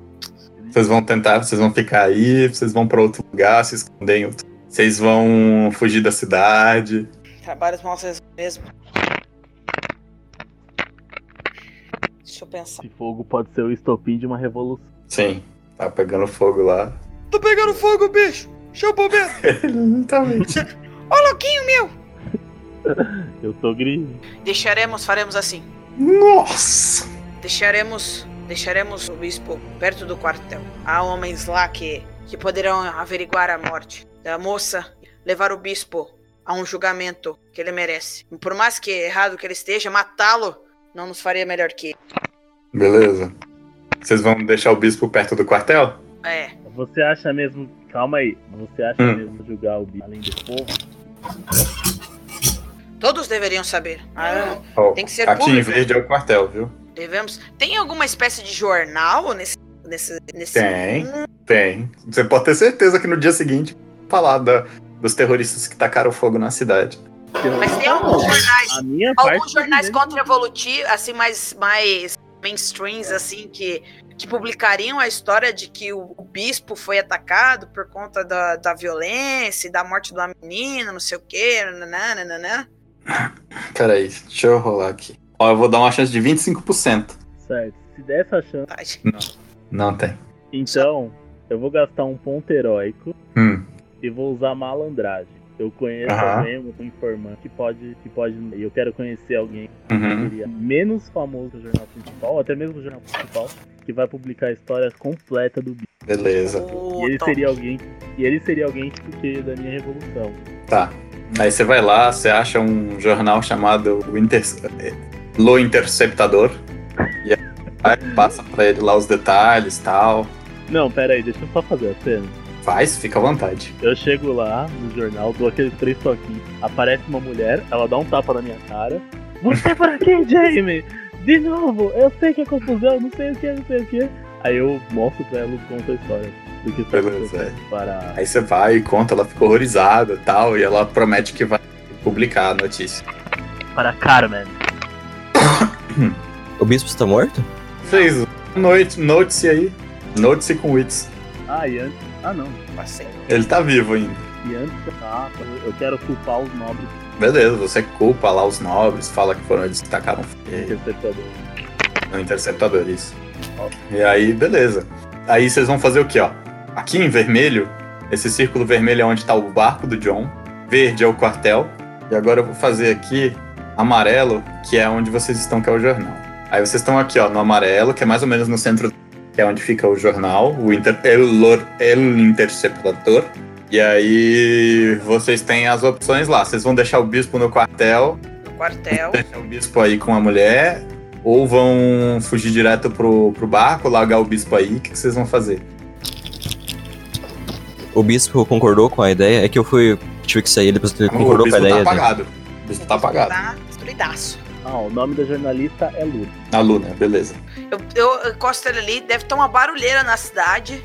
S3: Vocês vão tentar, vocês vão ficar aí, vocês vão pra outro lugar, se esconder em outro. Vocês vão fugir da cidade.
S5: Trabalhos mal vocês mesmo. Deixa eu pensar.
S4: Esse fogo pode ser o estopim de uma revolução.
S3: Sim, tá pegando fogo lá.
S5: Tô pegando fogo, bicho! Chama o bombeiro!
S3: Exatamente.
S5: Ô, louquinho meu!
S4: Eu tô gris.
S5: Deixaremos, faremos assim.
S3: Nossa!
S5: Deixaremos, deixaremos o bispo perto do quartel. Há homens lá que, que poderão averiguar a morte da moça, levar o bispo a um julgamento que ele merece. E por mais que errado que ele esteja, matá-lo não nos faria melhor que ele.
S3: Beleza. Vocês vão deixar o bispo perto do quartel?
S5: É,
S4: Você acha mesmo. Calma aí. Você acha
S3: Hum.
S4: mesmo julgar o bicho além do fogo?
S5: todos deveriam saber. Ah,
S3: Ó,
S5: Tem que ser
S3: aqui em
S5: público.
S3: verde é o quartel, viu?
S5: devemos. Tem alguma espécie de jornal nesse. nesse, nesse...
S3: Tem, tem. Você pode ter certeza que no dia seguinte falar da- dos terroristas que tacaram fogo na cidade.
S5: Mas tem alguns jornais.
S4: A minha parte.
S5: alguns jornais
S4: né?
S5: contra-evolutivos, assim, mais, mais mainstreams,
S4: É.
S5: assim, que, que publicariam a história de que o, o bispo foi atacado por conta da, da violência, e da morte de uma menina, não sei o quê, nananã, nananã.
S3: Peraí, deixa eu rolar aqui. Ó, eu vou dar uma chance de 25%.
S4: né? Certo. Se der essa chance.
S5: Tá, gente.
S3: Não tem.
S4: Então, eu vou gastar um ponto heróico
S3: Hum,
S4: e vou usar malandragem. Eu conheço
S3: Aham.
S4: alguém, um informante que pode, que pode. Eu quero conhecer alguém
S3: uhum.
S4: seria menos famoso que o jornal principal, ou até mesmo o jornal principal, que vai publicar a história completa do bicho.
S3: Beleza.
S5: O
S4: E ele
S5: Tom.
S4: seria alguém, que- e ele seria alguém que que da minha revolução.
S3: Tá. Aí você vai lá, você acha um jornal chamado o Inter... Lo Interceptador. E aí passa pra ele lá os detalhes e tal.
S4: Não, pera aí, deixa eu só fazer a cena.
S3: Faz, fica à vontade.
S4: Eu chego lá no jornal, dou aqueles três toquinhos, aparece uma mulher, ela dá um tapa na minha cara. Você por aqui, Jamie? De novo, eu sei que é confusão, não sei o que, não sei o que. Aí eu mostro pra ela e conto a história do que está
S3: Beleza,
S4: acontecendo para
S3: Aí você vai e conta, ela ficou horrorizada e tal, e ela promete que vai publicar a notícia.
S4: para Carmen.
S6: O bispo está morto?
S3: Vocês, noite, note-se aí. Note-se com o Wits.
S4: Ah, e antes. Ah, não.
S5: Passei.
S3: Ele tá vivo ainda.
S4: E antes da tapa, eu quero culpar os nobres
S3: Beleza, você culpa lá os nobres, fala que foram eles que tacaram fogo
S4: interceptadores.
S3: no interceptador, isso. E aí, beleza. Aí vocês vão fazer o quê, ó? Aqui em vermelho, esse círculo vermelho é onde tá o barco do John, verde é o quartel, e agora eu vou fazer aqui amarelo, que é onde vocês estão, que é o jornal. Aí vocês estão aqui, ó, no amarelo, que é mais ou menos no centro, que é onde fica o jornal, o inter el, or- el interceptador. E aí vocês têm as opções lá. Vocês vão deixar o bispo no quartel,
S5: No quartel.
S3: deixar o É um bispo aí com a mulher, ou vão fugir direto pro, pro barco, largar o bispo aí, o que, que vocês vão fazer?
S6: O bispo concordou com a ideia. É que eu fui. Tive que sair, depois ele
S3: o
S6: concordou com a
S3: bispo tá
S6: ideia. né?
S3: apagado. O bispo tá apagado.
S5: Tá destruidaço.
S4: Ah, o nome da jornalista é Lula.
S3: Na Luna, beleza.
S5: Eu, eu encosto ele ali, deve estar uma barulheira na cidade.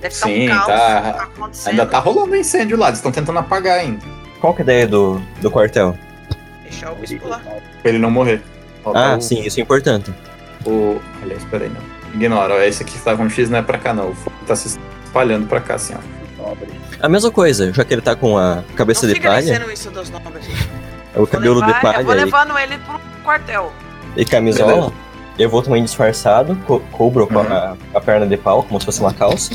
S5: Deve estar
S3: Sim,
S5: um caos
S3: tá-
S5: acontecendo.
S3: Ainda tá rolando um incêndio lá, eles estão tentando apagar ainda.
S6: Qual que é a ideia do, do quartel?
S5: Deixar o bispo lá.
S3: Pra ele não morrer. Ó,
S6: Ah,
S3: tá o-
S6: sim, isso é importante.
S3: O... Aliás, peraí, não. Ignora, ó, esse aqui que tá com X não é pra cá, não. O fogo tá se espalhando pra cá, assim, ó.
S4: Nobre.
S6: A mesma coisa, já que ele tá com a cabeça
S5: Não
S6: de
S5: fica
S6: palha,
S5: dizendo isso dos nomes.
S6: o
S5: Vou
S6: cabelo
S5: levar-
S6: de
S5: eu vou
S6: palha e-
S5: levando ele pro quartel.
S6: e, camisola, eu vou também disfarçado, co cubro com a, a perna de pau, como se fosse uma calça.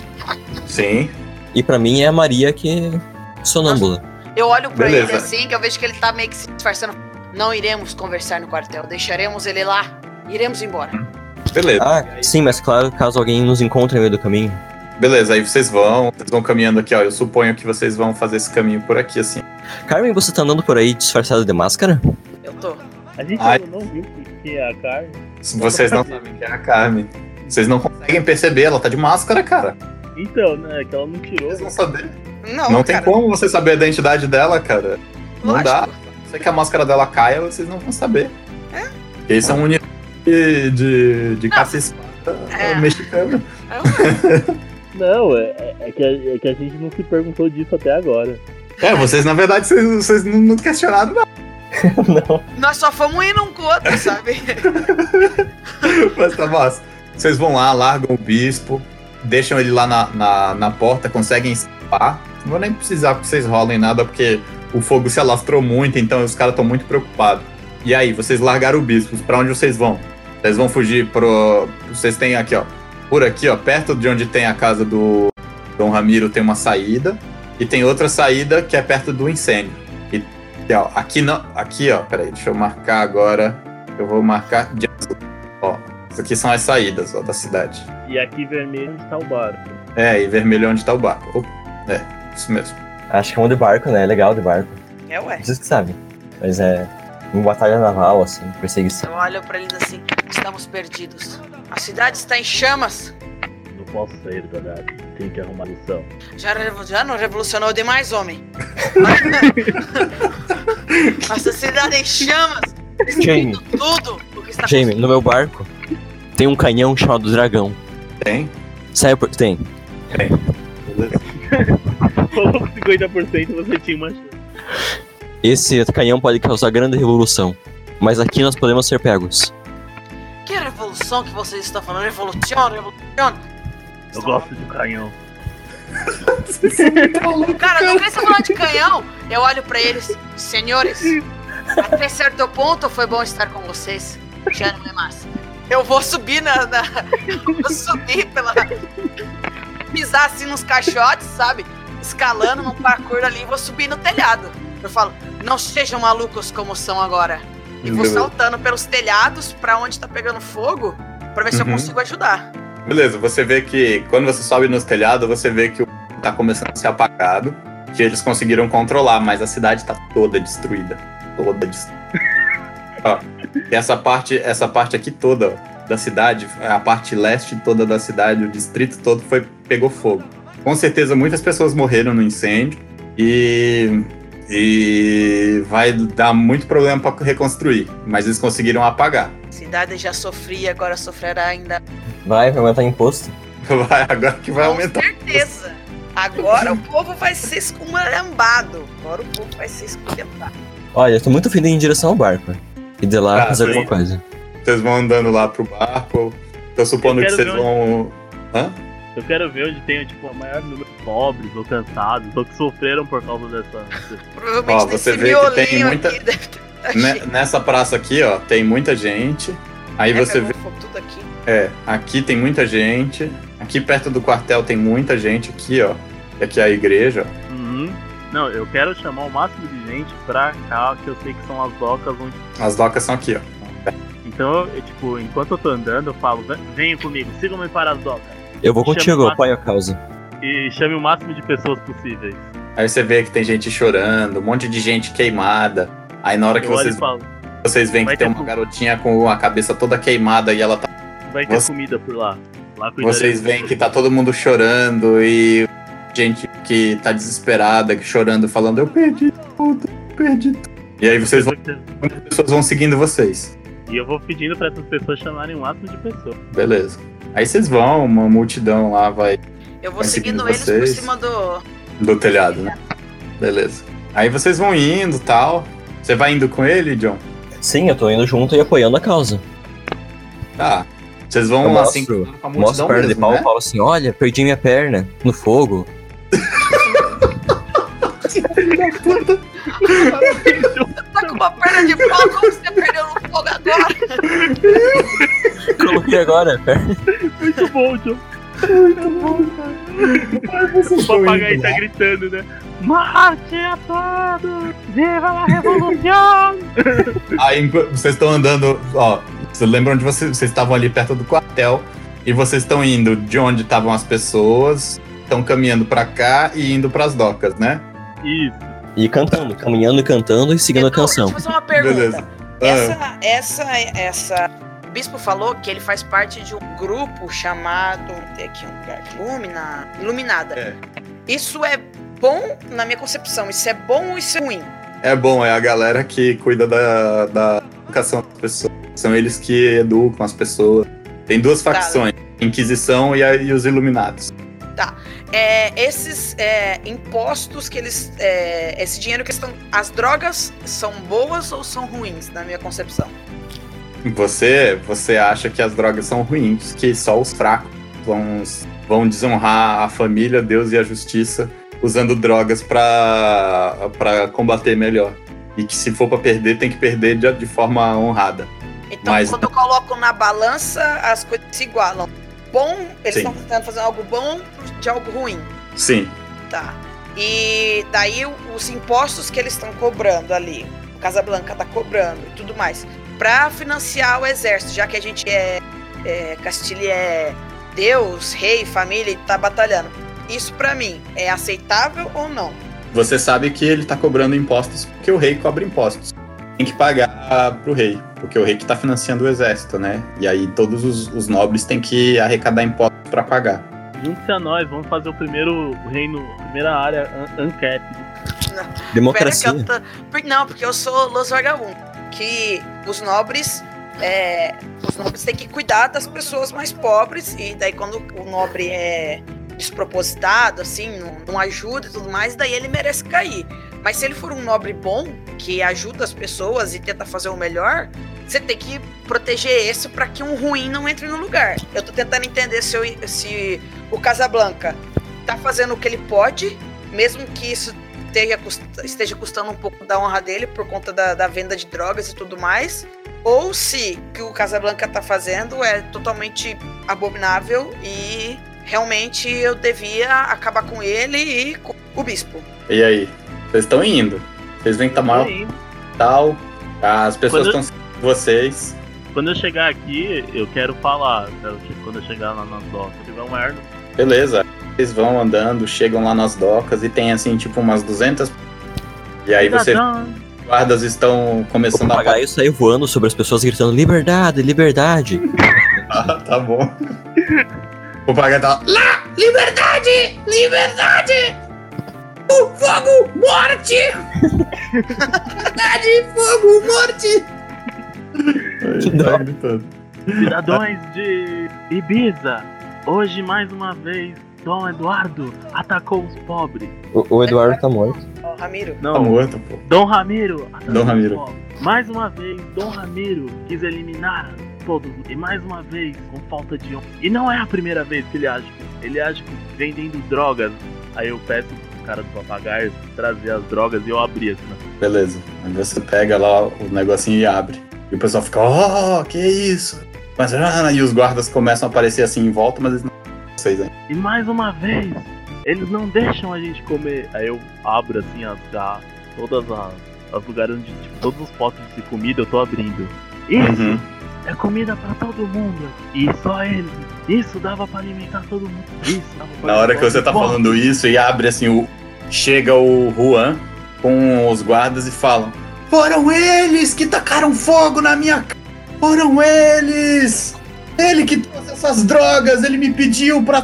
S3: Sim.
S6: E pra mim é a Maria que sonâmbula.
S5: Eu olho pra
S3: Beleza.
S5: ele assim, que eu vejo que ele tá meio que se disfarçando. Não iremos conversar no quartel, deixaremos ele lá. Iremos embora.
S3: Beleza.
S6: Ah, sim, mas claro, caso alguém nos encontre no meio do caminho.
S3: Beleza, aí vocês vão, vocês vão caminhando aqui, ó. Eu suponho que vocês vão fazer esse caminho por aqui, assim.
S6: Carmen, você tá andando por aí disfarçado de máscara?
S5: Eu tô.
S4: A gente
S3: Ai.
S4: ainda não viu porque a Carmen.
S3: Se Vocês não sabem que é a Carmen. Vocês não conseguem perceber, ela tá de máscara, cara.
S4: Então, né? Que ela não tirou.
S3: Vocês não saber.
S5: Não,
S3: não tem como você saber a identidade dela, cara. Não
S5: Lógico.
S3: dá. Sei que a máscara dela caia, vocês não vão saber. É? Esse é um uniforme de, de, de caça e espada
S5: É.
S3: mexicano.
S4: Não, é, é- é que a, é que a gente não se perguntou disso até agora.
S3: É, vocês, na verdade, vocês, vocês não não questionaram nada.
S6: não.
S5: Nós só fomos indo um com o outro, sabe?
S3: Mas tá bom. Vocês vão lá, largam o bispo, deixam ele lá na, na, na porta, conseguem escapar. Não vou nem precisar que vocês rolem nada, porque o fogo se alastrou muito, então os caras estão muito preocupados. E aí, vocês largaram o bispo, pra onde vocês vão? Vocês vão fugir pro. Vocês têm aqui, ó. Por aqui, ó, perto de onde tem a casa do Dom Ramiro, tem uma saída. E tem outra saída que é perto do incêndio. E, e, ó, aqui não. Aqui, ó, peraí, deixa eu marcar agora. Eu vou marcar de azul. Ó, isso aqui são as saídas, ó, da cidade.
S4: E aqui vermelho está o barco.
S3: É, e vermelho é onde tá o barco. Opa, É, isso mesmo.
S6: Acho que é um de barco, né? É legal de barco.
S5: É, ué.
S6: Vocês que sabem. Mas é uma batalha naval, assim, perseguição.
S5: Eu olho pra eles assim, estamos perdidos. A cidade está em chamas.
S4: Não posso sair do lugar. Tem que arrumar lição.
S5: Já, revo- já não revolucionou demais, homem? Nossa cidade é em chamas,
S6: Jamie,
S5: tudo o que está
S6: Jamie, no meu barco tem um canhão chamado Dragão.
S3: Tem?
S6: Sabe por tem?
S3: Beleza.
S4: Falou com 50% você tinha uma chance.
S6: Esse canhão pode causar grande revolução. Mas aqui nós podemos ser pegos.
S5: Que revolução que vocês estão falando? Revolução, revolução.
S4: Eu gosto de canhão.
S5: Cara, não precisa falar de canhão. Eu olho pra eles, senhores. Até certo ponto foi bom estar com vocês. Já não é mais. Eu vou subir na, na- eu vou subir pela. Pisar assim nos caixotes, sabe? Escalando num parkour ali e vou subir no telhado. Eu falo, não sejam malucos como são agora. E
S4: Uhum.
S5: vou
S3: Beleza.
S5: saltando pelos telhados pra onde tá pegando fogo pra ver se eu
S3: Uhum.
S5: consigo ajudar.
S3: Beleza, você vê que quando você sobe nos telhados, você vê que o tá começando a ser apagado, que eles conseguiram controlar, mas a cidade tá toda destruída. Toda destruída. ó, e essa parte, essa parte aqui toda ó, da cidade, a parte leste toda da cidade, o distrito todo foi pegou fogo. Com certeza muitas pessoas morreram no incêndio e e vai dar muito problema pra reconstruir, mas eles conseguiram apagar.
S5: A cidade já sofria, agora sofrerá ainda
S6: Vai, vai aumentar imposto.
S3: Vai agora que vai aumentar.
S5: Com certeza. Agora o povo vai ser esculhambado. Agora o povo vai ser esculhambado.
S6: Olha, eu tô muito afim de ir em direção ao barco. E de lá
S3: Ah,
S6: fazer
S3: sim.
S6: alguma coisa.
S3: Vocês vão andando lá pro barco. Tô supondo
S4: Eu
S3: que
S4: quero
S3: vocês
S4: ver
S3: vão. Hã?
S4: Eu quero ver onde tem, tipo, o maior número de pobres ou cansados ou que sofreram por causa dessa.
S5: Provavelmente
S3: Ó,
S5: tem
S3: você
S5: esse
S3: vê que tem
S5: miolinho
S3: muita- né?
S5: aqui, deve ter- tá
S3: Ne-
S5: cheio.
S3: Nessa praça aqui, ó, tem muita gente. Aí
S5: É,
S3: você vê.
S5: pegou fogo tudo aqui.
S3: É, aqui tem muita gente. Aqui perto do quartel tem muita gente. Aqui, ó. E Aqui é a igreja. ó.
S4: Uhum. Não, eu quero chamar o máximo de gente pra cá, que eu sei que são as docas onde.
S3: As docas são aqui, ó.
S4: Então, eu, tipo, enquanto eu tô andando, eu falo, "Ven- venham comigo, sigam-me para as docas.
S6: Eu vou
S4: Chama
S6: contigo,
S4: o barco.
S6: apoio a causa.
S4: E chame o máximo de pessoas possíveis.
S3: Aí você vê que tem gente chorando, um monte de gente queimada. Aí na hora que
S4: eu olho
S3: vocês,
S4: e falo,
S3: vocês veem que
S4: vai
S3: tem
S4: ter
S3: uma
S4: um tudo.
S3: garotinha com a cabeça toda queimada e ela tá.
S4: vai ter
S3: Você-
S4: comida por lá. Lá cuidaremos
S3: Vocês
S4: de
S3: veem
S4: tudo."
S3: que tá todo mundo chorando e gente que tá desesperada, que chorando, falando, eu perdi tudo, eu perdi tudo. E aí vocês vão, as pessoas vão seguindo vocês.
S4: E eu vou pedindo pra essas pessoas chamarem o máximo de pessoas.
S3: Beleza. Aí vocês vão, uma multidão lá vai
S5: Eu vou
S3: Vai
S5: seguindo
S3: Tá seguindo
S5: eles por
S3: vocês.
S5: cima do.
S3: do telhado, né? Beleza. Aí vocês vão indo tal. Você vai indo com ele, John?
S6: Sim, eu tô indo junto e apoiando a causa.
S3: Tá. Vocês
S6: Eu
S3: vão
S6: mostro-
S3: assim com a
S6: Mostra
S3: multidão
S6: a perna de
S3: mesmo,
S6: pau e
S3: né?
S6: falo assim: olha, perdi minha perna no fogo.
S5: Tá com uma perna de pau, como você perdeu no fogo agora?
S6: Coloquei agora a perna.
S4: Muito bom, John. O papagaio tá gritando, né? Mate a todos! Viva a revolução!
S3: Aí enqu- vocês estão andando, ó. Vocês lembram onde vocês, vocês estavam ali perto do quartel e vocês estão indo de onde estavam as pessoas, estão caminhando pra cá e indo pras docas, né?
S4: Isso.
S6: E cantando, caminhando, cantando e seguindo a
S5: Edu,
S6: canção.
S5: Então, Deixa eu fazer uma pergunta.
S3: Beleza. Ah,
S5: Essa, essa, essa. O bispo falou que ele faz parte de um grupo chamado. Tem aqui um lugar. aqui, Lumina, Iluminada.
S3: É.
S5: Isso é bom, na minha concepção. Isso é bom ou isso é ruim?
S3: É bom, é a galera que cuida da, da educação das pessoas. São eles que educam as pessoas. Tem duas
S5: Tá.
S3: facções, Inquisição e, a- e os Iluminados.
S5: Tá. É, esses é, impostos que eles. é, esse dinheiro que estão. As drogas são boas ou são ruins, na minha concepção?
S3: Você, você acha que as drogas são ruins, que só os fracos vão, vão desonrar a família, Deus e a justiça usando drogas pra pra combater melhor. E que se for pra perder, tem que perder de, de forma honrada.
S5: Então,
S3: Mas-
S5: quando eu coloco na balança, as coisas se igualam. Bom, eles
S3: Sim.
S5: estão tentando fazer algo bom de algo ruim.
S3: Sim.
S5: Tá. E daí o- os impostos que eles estão cobrando ali, o Casablanca tá cobrando e tudo mais, para financiar o exército, já que a gente é, é Castilha é Deus, rei, família e tá batalhando. Isso para mim é aceitável ou não?
S3: Você sabe que ele tá cobrando impostos porque o rei cobra impostos. Tem que pagar pro rei, porque o rei que tá financiando o exército, né? E aí todos os, os nobres têm que arrecadar impostos pra pagar.
S4: Junte-se a nós, vamos fazer o primeiro reino, a primeira área un- uncapped.
S5: assim, Pera que
S6: Democracia.
S5: eu tô- por- Não, porque eu sou Los Vagabundo. Que os nobres. é, os nobres têm que cuidar das pessoas mais pobres. E daí quando o nobre é despropositado, assim, não, não ajuda e tudo mais, daí ele merece cair. Mas se ele for um nobre bom, que ajuda as pessoas e tenta fazer o melhor, você tem que proteger esse para que um ruim não entre no lugar. Eu tô tentando entender se, eu- se o Casablanca tá fazendo o que ele pode, mesmo que isso esteja, cust- esteja custando um pouco da honra dele por conta da, da venda de drogas e tudo mais, ou se o que o Casablanca tá fazendo é totalmente abominável e realmente eu devia acabar com ele e com o bispo.
S3: E aí? Vocês estão indo. Vocês tá vêm tomar
S4: Aí,
S3: tal. tá? As pessoas
S4: Quando-
S3: estão seguindo vocês.
S4: Quando eu chegar aqui, eu quero falar. quero che- Quando eu chegar lá nas docas, tiver um ar.
S3: Beleza. Vocês vão andando, chegam lá nas docas e tem assim, tipo, umas 200. E aí vocês guardas estão
S6: O
S3: começando a pagar.
S6: papagaio saiu voando sobre as pessoas gritando liberdade, liberdade.
S3: tá bom. O papagaio tá. Lá! Liberdade! Liberdade! O fogo! Morte! liberdade! Fogo! Morte!
S6: Que
S3: Ele tá
S6: dó.
S3: gritando.
S4: Cidadãos de Ibiza, hoje mais uma vez, Dom Eduardo atacou os pobres.
S6: O, o Eduardo tá morto.
S5: Ó, Ramiro,
S3: Tá
S4: Não,
S3: morto, pô.
S4: Dom Ramiro atacou
S3: Dom Ramiro.
S4: os pobres. Mais uma vez, Dom Ramiro quis eliminar todos. E mais uma vez, com falta de honra. E não é a primeira vez que ele age. com- Ele age com- vendendo drogas. Aí eu peço pro cara do papagaio trazer as drogas e eu abri assim. né?
S3: Beleza. Aí você pega lá o negocinho e abre. E o pessoal fica, oh, que isso? Mas, ah, e os guardas começam a aparecer assim em volta, mas eles não vocês hein?
S4: E mais uma vez, eles não deixam a gente comer. Aí eu abro assim as garrafas, todas as, as lugares onde, tipo, todos os potes de comida eu tô abrindo. Isso
S3: Uhum.
S4: é comida pra todo mundo. E só eles. Isso dava pra alimentar todo mundo. Isso dava pra
S3: Na hora que
S4: alimentar
S3: você tá
S4: todo mundo.
S3: falando isso e abre assim o. Chega o Juan com os guardas e falam: Foram eles que tacaram fogo na minha casa! Foram eles! Ele que trouxe essas drogas, ele me pediu pra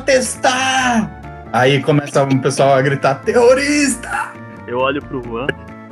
S3: testar! Aí começa o pessoal a gritar: Terrorista!
S4: Eu olho pro Juan.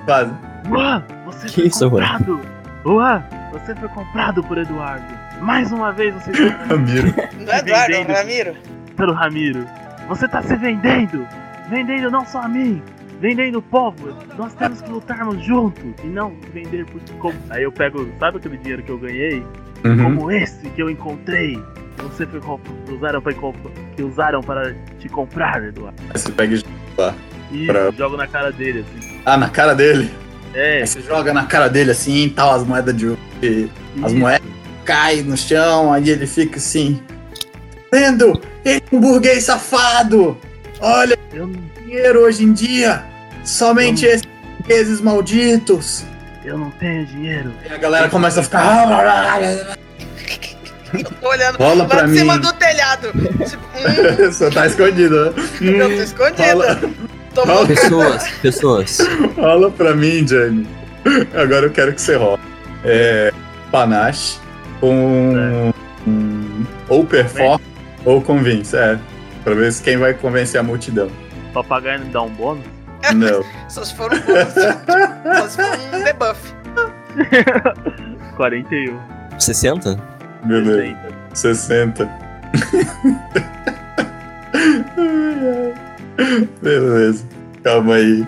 S3: Quase.
S4: Juan, você
S6: Que
S4: foi
S6: isso, Juan?
S4: comprado. Juan, você foi comprado por Eduardo. Mais uma vez você foi
S3: Ramiro.
S5: não é Eduardo, é
S4: Entendendo.
S5: Ramiro.
S4: Pelo Ramiro, você tá se vendendo! Vendendo não só a mim, vendendo o povo! Nós temos que lutarmos juntos e não vender por como. Aí eu pego, sabe aquele dinheiro que eu ganhei?
S3: Uhum.
S4: Como esse que eu encontrei! que Você foi comp- que usaram pra comp- que usaram para te comprar, Eduardo.
S3: Aí é? você pega e joga lá.
S4: E
S3: Pra-
S4: jogo na cara dele assim.
S3: Ah, na cara dele.
S4: É,
S3: Aí você joga na cara dele assim e tal, as moedas de ouro. E As
S4: isso.
S3: moedas caem no chão, aí ele fica assim. Vendo? Ele é um burguês safado! Olha
S4: Eu, não-
S3: o dinheiro hoje em dia! Somente esses burgueses malditos!
S4: eu não tenho dinheiro.
S3: E a galera começa a ficar. "Ah,
S5: Eu tô olhando
S3: Rola
S5: lá
S3: pra
S5: de cima
S3: mim.
S5: do telhado. Tipo, hum,
S3: Só tá escondido, né?
S5: eu tô escondida.
S3: Rola,
S5: Tomou
S3: rola.
S6: Pessoas, pessoas.
S3: rola pra mim, Jamie. Agora eu quero que você rola. É. Panache com. um- ou perform ou convince, é. Pra ver se quem vai convencer a multidão.
S4: Papagaio não dá um bônus?
S3: Não.
S5: Só se for um bônus. Só se for um debuff.
S4: 41.
S6: 60?
S3: Beleza. 60. Beleza. Calma aí.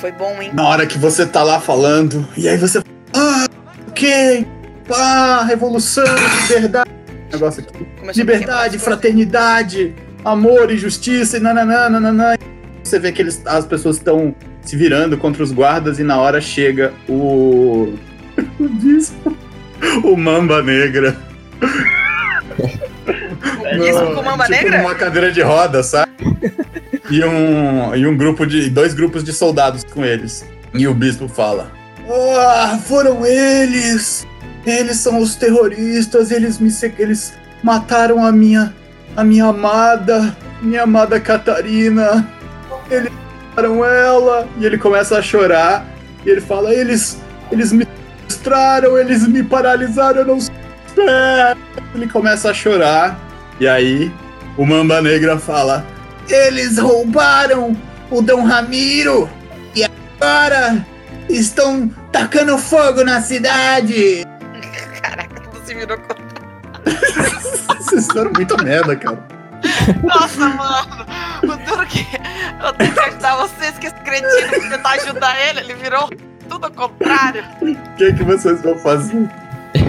S5: Foi bom, hein?
S3: Na hora que você tá lá falando, e aí você. Ah, ok. Pá, revolução, liberdade. Um Negócio aqui.
S5: Começou a
S3: Liberdade,
S5: quebrar as coisas.
S3: fraternidade, amor e justiça e nananã, nananã. Você vê que eles, as pessoas estão se virando contra os guardas e na hora chega o. o bispo. O Mamba Negra.
S5: O bispo É, com mamba
S3: tipo
S5: negra?
S3: numa cadeira de roda, sabe? e um e um grupo de dois grupos de soldados com eles. E o bispo fala: "Ah, foram eles. Eles são os terroristas, eles me se- eles mataram a minha a minha amada, minha amada Catarina. Eles mataram ela." E ele começa a chorar e ele fala: "Eles eles me sequestraram, eles me paralisaram, eu não sei." o que é." Ele começa a chorar e aí o Mamba Negra fala: Eles roubaram o Dom Ramiro e agora estão tacando fogo na cidade.
S5: Caraca, tudo se virou. contra-
S3: Vocês fizeram muita merda, cara.
S5: Nossa, mano. O duro que. Eu tenho que ajudar vocês que esse cretino que tentar ajudar ele, ele virou tudo ao contrário.
S3: O que, é que vocês vão fazer?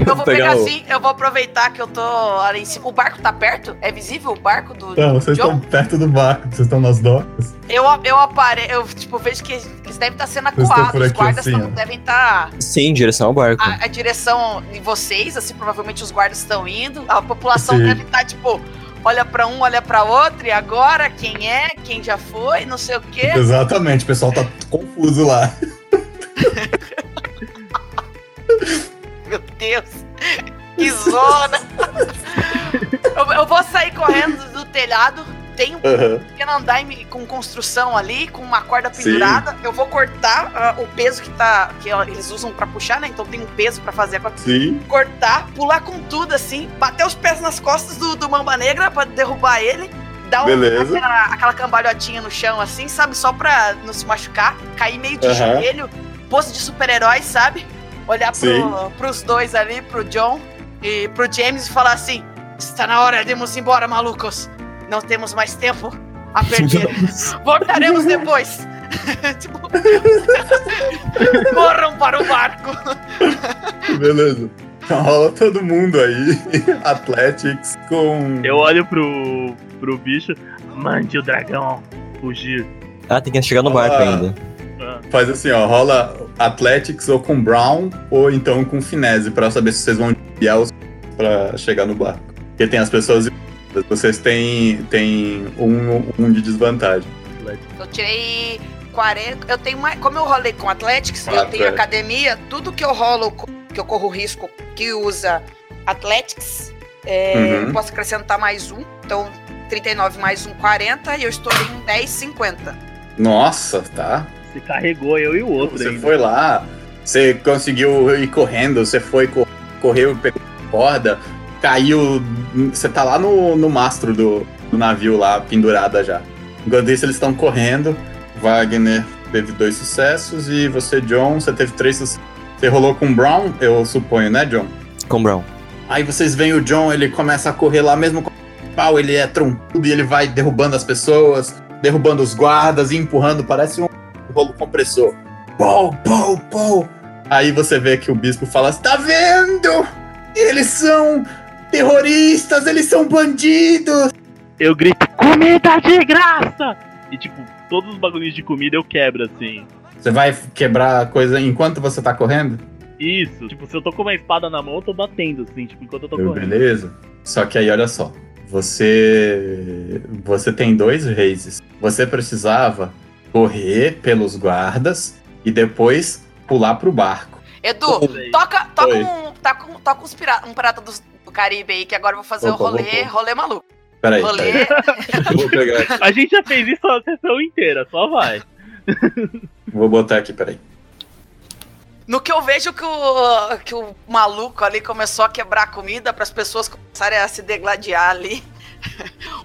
S5: Eu vou
S6: pegar
S5: pegar
S6: o-
S5: assim, eu vou aproveitar que eu tô ali em cima. O barco tá perto? É visível o barco do.
S3: Não, Então, vocês
S5: Joe?
S3: estão perto do barco, vocês estão nas docas.
S5: Eu, eu apare... eu tipo, vejo que eles devem estar sendo
S3: Vocês estão
S5: acuados,
S3: por
S5: os
S3: aqui,
S5: guardas
S3: assim,
S5: tão-
S3: ó.
S5: devem estar.
S6: Sim, em direção ao barco.
S5: A, a direção de vocês, assim, provavelmente os guardas estão indo, a população
S3: Sim.
S5: deve estar, tipo, olha pra um, olha pra outro, e agora quem é, quem já foi, não sei o quê.
S3: Exatamente, o pessoal tá confuso lá.
S5: Meu Deus, que zona! eu, eu vou sair correndo do telhado, tem um pequeno andaime com construção ali, com uma corda
S3: Sim.
S5: pendurada, eu vou cortar ah, o peso que tá, que ó, eles usam pra puxar, né, então tem um peso pra fazer a corda.
S3: Sim.
S5: cortar, pular com tudo assim, bater os pés nas costas do, do Mamba Negra pra derrubar ele, dar um-
S3: Beleza.
S5: aquela, aquela cambalhotinha no chão assim, sabe? Só pra não se machucar, cair meio de
S3: Aham.
S5: joelho, pose de super-herói, sabe? Olhar pro,
S3: Sim.
S5: pros dois ali, pro John e pro James e falar assim: está na hora de irmos embora, malucos. Não temos mais tempo a perder. Voltaremos depois. tipo, corram para o barco.
S3: Beleza. Então rola todo mundo aí. Athletics com.
S4: Eu olho pro, pro bicho, mande o dragão fugir.
S6: Ah, tem que chegar no barco
S3: Ah.
S6: ainda.
S4: Ah,
S3: Faz assim, ó, rola Athletics ou com Brown ou então com Finesse pra saber se vocês vão desviar os pra chegar no barco. Porque tem as pessoas envolvidas, vocês têm, têm um, um de desvantagem.
S5: Eu tirei 40. Eu tenho mais. Como eu rolei com Athletics, eu
S3: Ah,
S5: tenho
S3: certo.
S5: academia, tudo que eu rolo, co- que eu corro risco, que usa Athletics, é,
S3: Uhum.
S5: eu posso acrescentar mais um. Então, 39 mais um, 40, e eu estou em 10, 50.
S3: Nossa, tá?
S4: Se carregou eu e o outro
S3: Você
S4: ainda.
S3: foi lá, você conseguiu ir correndo, você foi, co- correu, pegou a corda, caiu. Você tá lá no, no mastro do, do navio lá, pendurada já. Enquanto isso, eles estão correndo. Wagner teve dois sucessos e você, John, você teve três sucessos. Você rolou com o Brown, eu suponho, né, John?
S6: Com o Brown.
S3: Aí vocês veem o John, ele começa a correr lá mesmo com o pau, ele é trompudo e ele vai derrubando as pessoas, derrubando os guardas e empurrando, parece um rolo compressor. Pou, pou, pou. Aí você vê que o bispo fala: Tá vendo? Eles são terroristas, eles são bandidos.
S4: Eu grito, comida de graça! E tipo, todos os bagulhinhos de comida eu quebro assim.
S3: Você vai quebrar a coisa enquanto você tá correndo?
S4: Isso, tipo, se eu tô com uma espada na mão, eu tô batendo, assim, tipo, enquanto eu tô correndo.
S3: Beleza. Só que aí, olha só. Você. Você tem dois raises. Você precisava correr pelos guardas e depois pular pro barco.
S5: Edu,
S4: Oi.
S5: toca, toca,
S3: Oi.
S5: um, toca, um, toca uns pirata, um pirata do, do Caribe aí, que agora eu vou fazer o
S3: Opa,
S5: rolê,
S3: opa. tá
S5: rolê maluco.
S3: Peraí. peraí.
S5: Rolê,
S6: Eu vou pegar.
S4: A gente já fez isso a sessão inteira, só vai.
S3: Vou botar aqui, peraí.
S5: No que eu vejo que o, que o maluco ali começou a quebrar a comida para as pessoas começarem a se degladiar ali.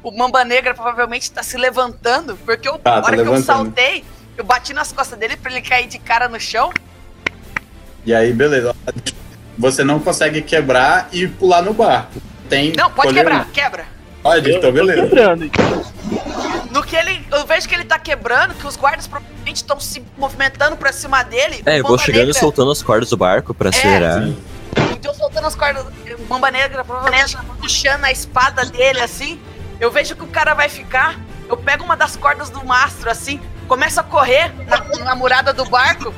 S5: O Mamba Negra provavelmente está se levantando, porque eu,
S3: Tá,
S5: na
S3: tá
S5: hora que eu
S3: levantando.
S5: saltei, eu bati nas costas dele para ele cair de cara no chão.
S3: E aí, beleza. Você não consegue quebrar e pular no barco. Tem
S5: Não, pode
S3: escolher
S5: quebrar, quebra.
S3: um. Pode,
S4: Eu
S3: então
S4: tô
S3: beleza.
S4: quebrando, então.
S5: No que ele. Eu vejo que ele tá quebrando, que os guardas provavelmente estão se movimentando pra cima dele.
S6: É, eu vou
S5: Bomba
S6: chegando e
S5: negra- É.
S6: soltando as cordas do barco pra acelerar.
S5: Então soltando as cordas, bomba negra, provavelmente tá puxando a espada dele assim. Eu vejo que o cara vai ficar. Eu pego uma das cordas do mastro assim, começo a correr na, na murada do barco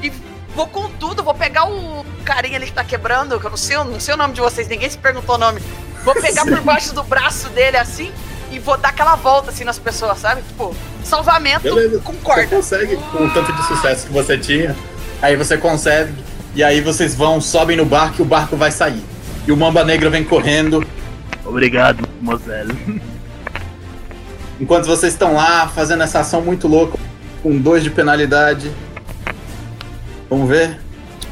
S5: e vou com tudo. Vou pegar o carinha ali que tá quebrando, que eu não sei, o- não sei o nome de vocês, ninguém se perguntou o nome. Vou pegar por baixo do braço dele assim e vou dar aquela volta assim nas pessoas, sabe? Tipo, salvamento
S3: Beleza.
S5: com corda.
S3: Você consegue, com o tanto de sucesso que você tinha, aí você consegue, e aí vocês vão, sobem no barco e o barco vai sair. E o Mamba Negra vem correndo,
S4: Obrigado, Moselle.
S3: enquanto vocês estão lá fazendo essa ação muito louca, com dois de penalidade. Vamos ver?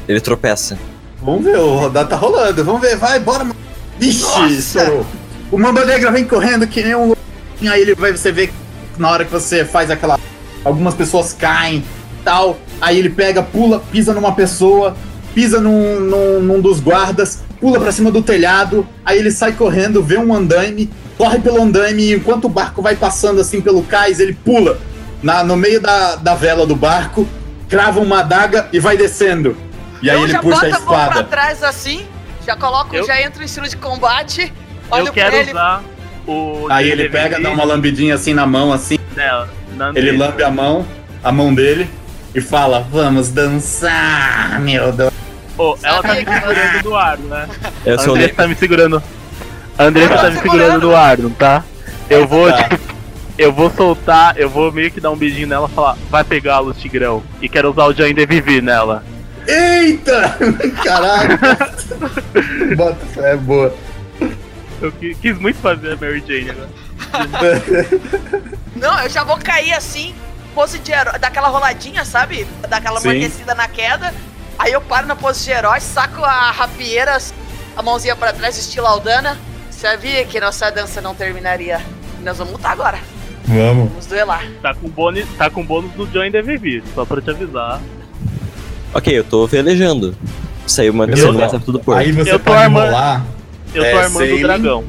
S6: Ele tropeça.
S3: Vamos ver, o rodar tá rolando. Vamos ver, vai, bora. mano. Vixe, estourou. O Mamba Negra vem correndo que nem um louco. Aí ele vai, você vê que na hora que você faz aquela. Algumas pessoas caem tal. Aí ele pega, pula, pisa numa pessoa, pisa num, num, num dos guardas, pula pra cima do telhado. Aí ele sai correndo, vê um andaime, corre pelo andaime. E enquanto o barco vai passando assim pelo cais, ele pula na, no meio da, da vela do barco, crava uma adaga e vai descendo. E aí
S5: eu
S3: ele
S5: Então já
S3: puxa a
S5: boto mão pra
S3: espada.
S5: trás assim, já coloco,
S4: Eu-
S5: já entro em estilo de combate. Olho
S4: Eu quero
S5: pra ele.
S4: usar o.
S3: Aí
S5: né?
S3: ele
S4: delivery
S3: pega, dá uma lambidinha assim na mão, assim,
S4: dela, na
S3: ele
S4: mesa.
S3: lambe a mão, a mão dele, e fala, vamos dançar, meu Deus.
S4: Ô, ela tá me
S5: Sabia que-
S4: segurando do ar, né?
S6: Eu
S4: A
S6: sou
S4: Andressa tá me segurando. A Andressa
S5: Eu tô
S4: tá me segurando
S5: segurando.
S4: do ar, não tá? Eu vou,
S3: Tá.
S4: tipo, eu vou soltar, eu vou meio que dar um beijinho nela e falar, vai pegá-los, Tigrão. E quero usar o Jain Vivi nela.
S3: Eita! Caralho! Bota fé, boa.
S4: Eu qui- quis muito fazer a Mary Jane né? agora.
S5: Não, eu já vou cair assim, pose de herói, daquela roladinha, sabe? Daquela
S3: Sim.
S5: amortecida na queda. Aí eu paro na pose de herói, saco a rapieira, a mãozinha pra trás, estilo Aldana. Sabia que nossa dança não terminaria. Nós vamos lutar agora,
S3: Vamos.
S5: vamos duelar.
S4: Tá com bônus, tá com bônus do Jain Vivi, só pra te avisar.
S6: Ok, eu tô velejando. Saiu uma
S3: Beleza.
S6: descendo mais rápido do porto.
S3: Aí você
S4: Eu tô
S3: pode
S4: armando-
S3: rolar
S4: Eu
S3: É,
S4: tô armando
S3: sailing.
S4: o dragão.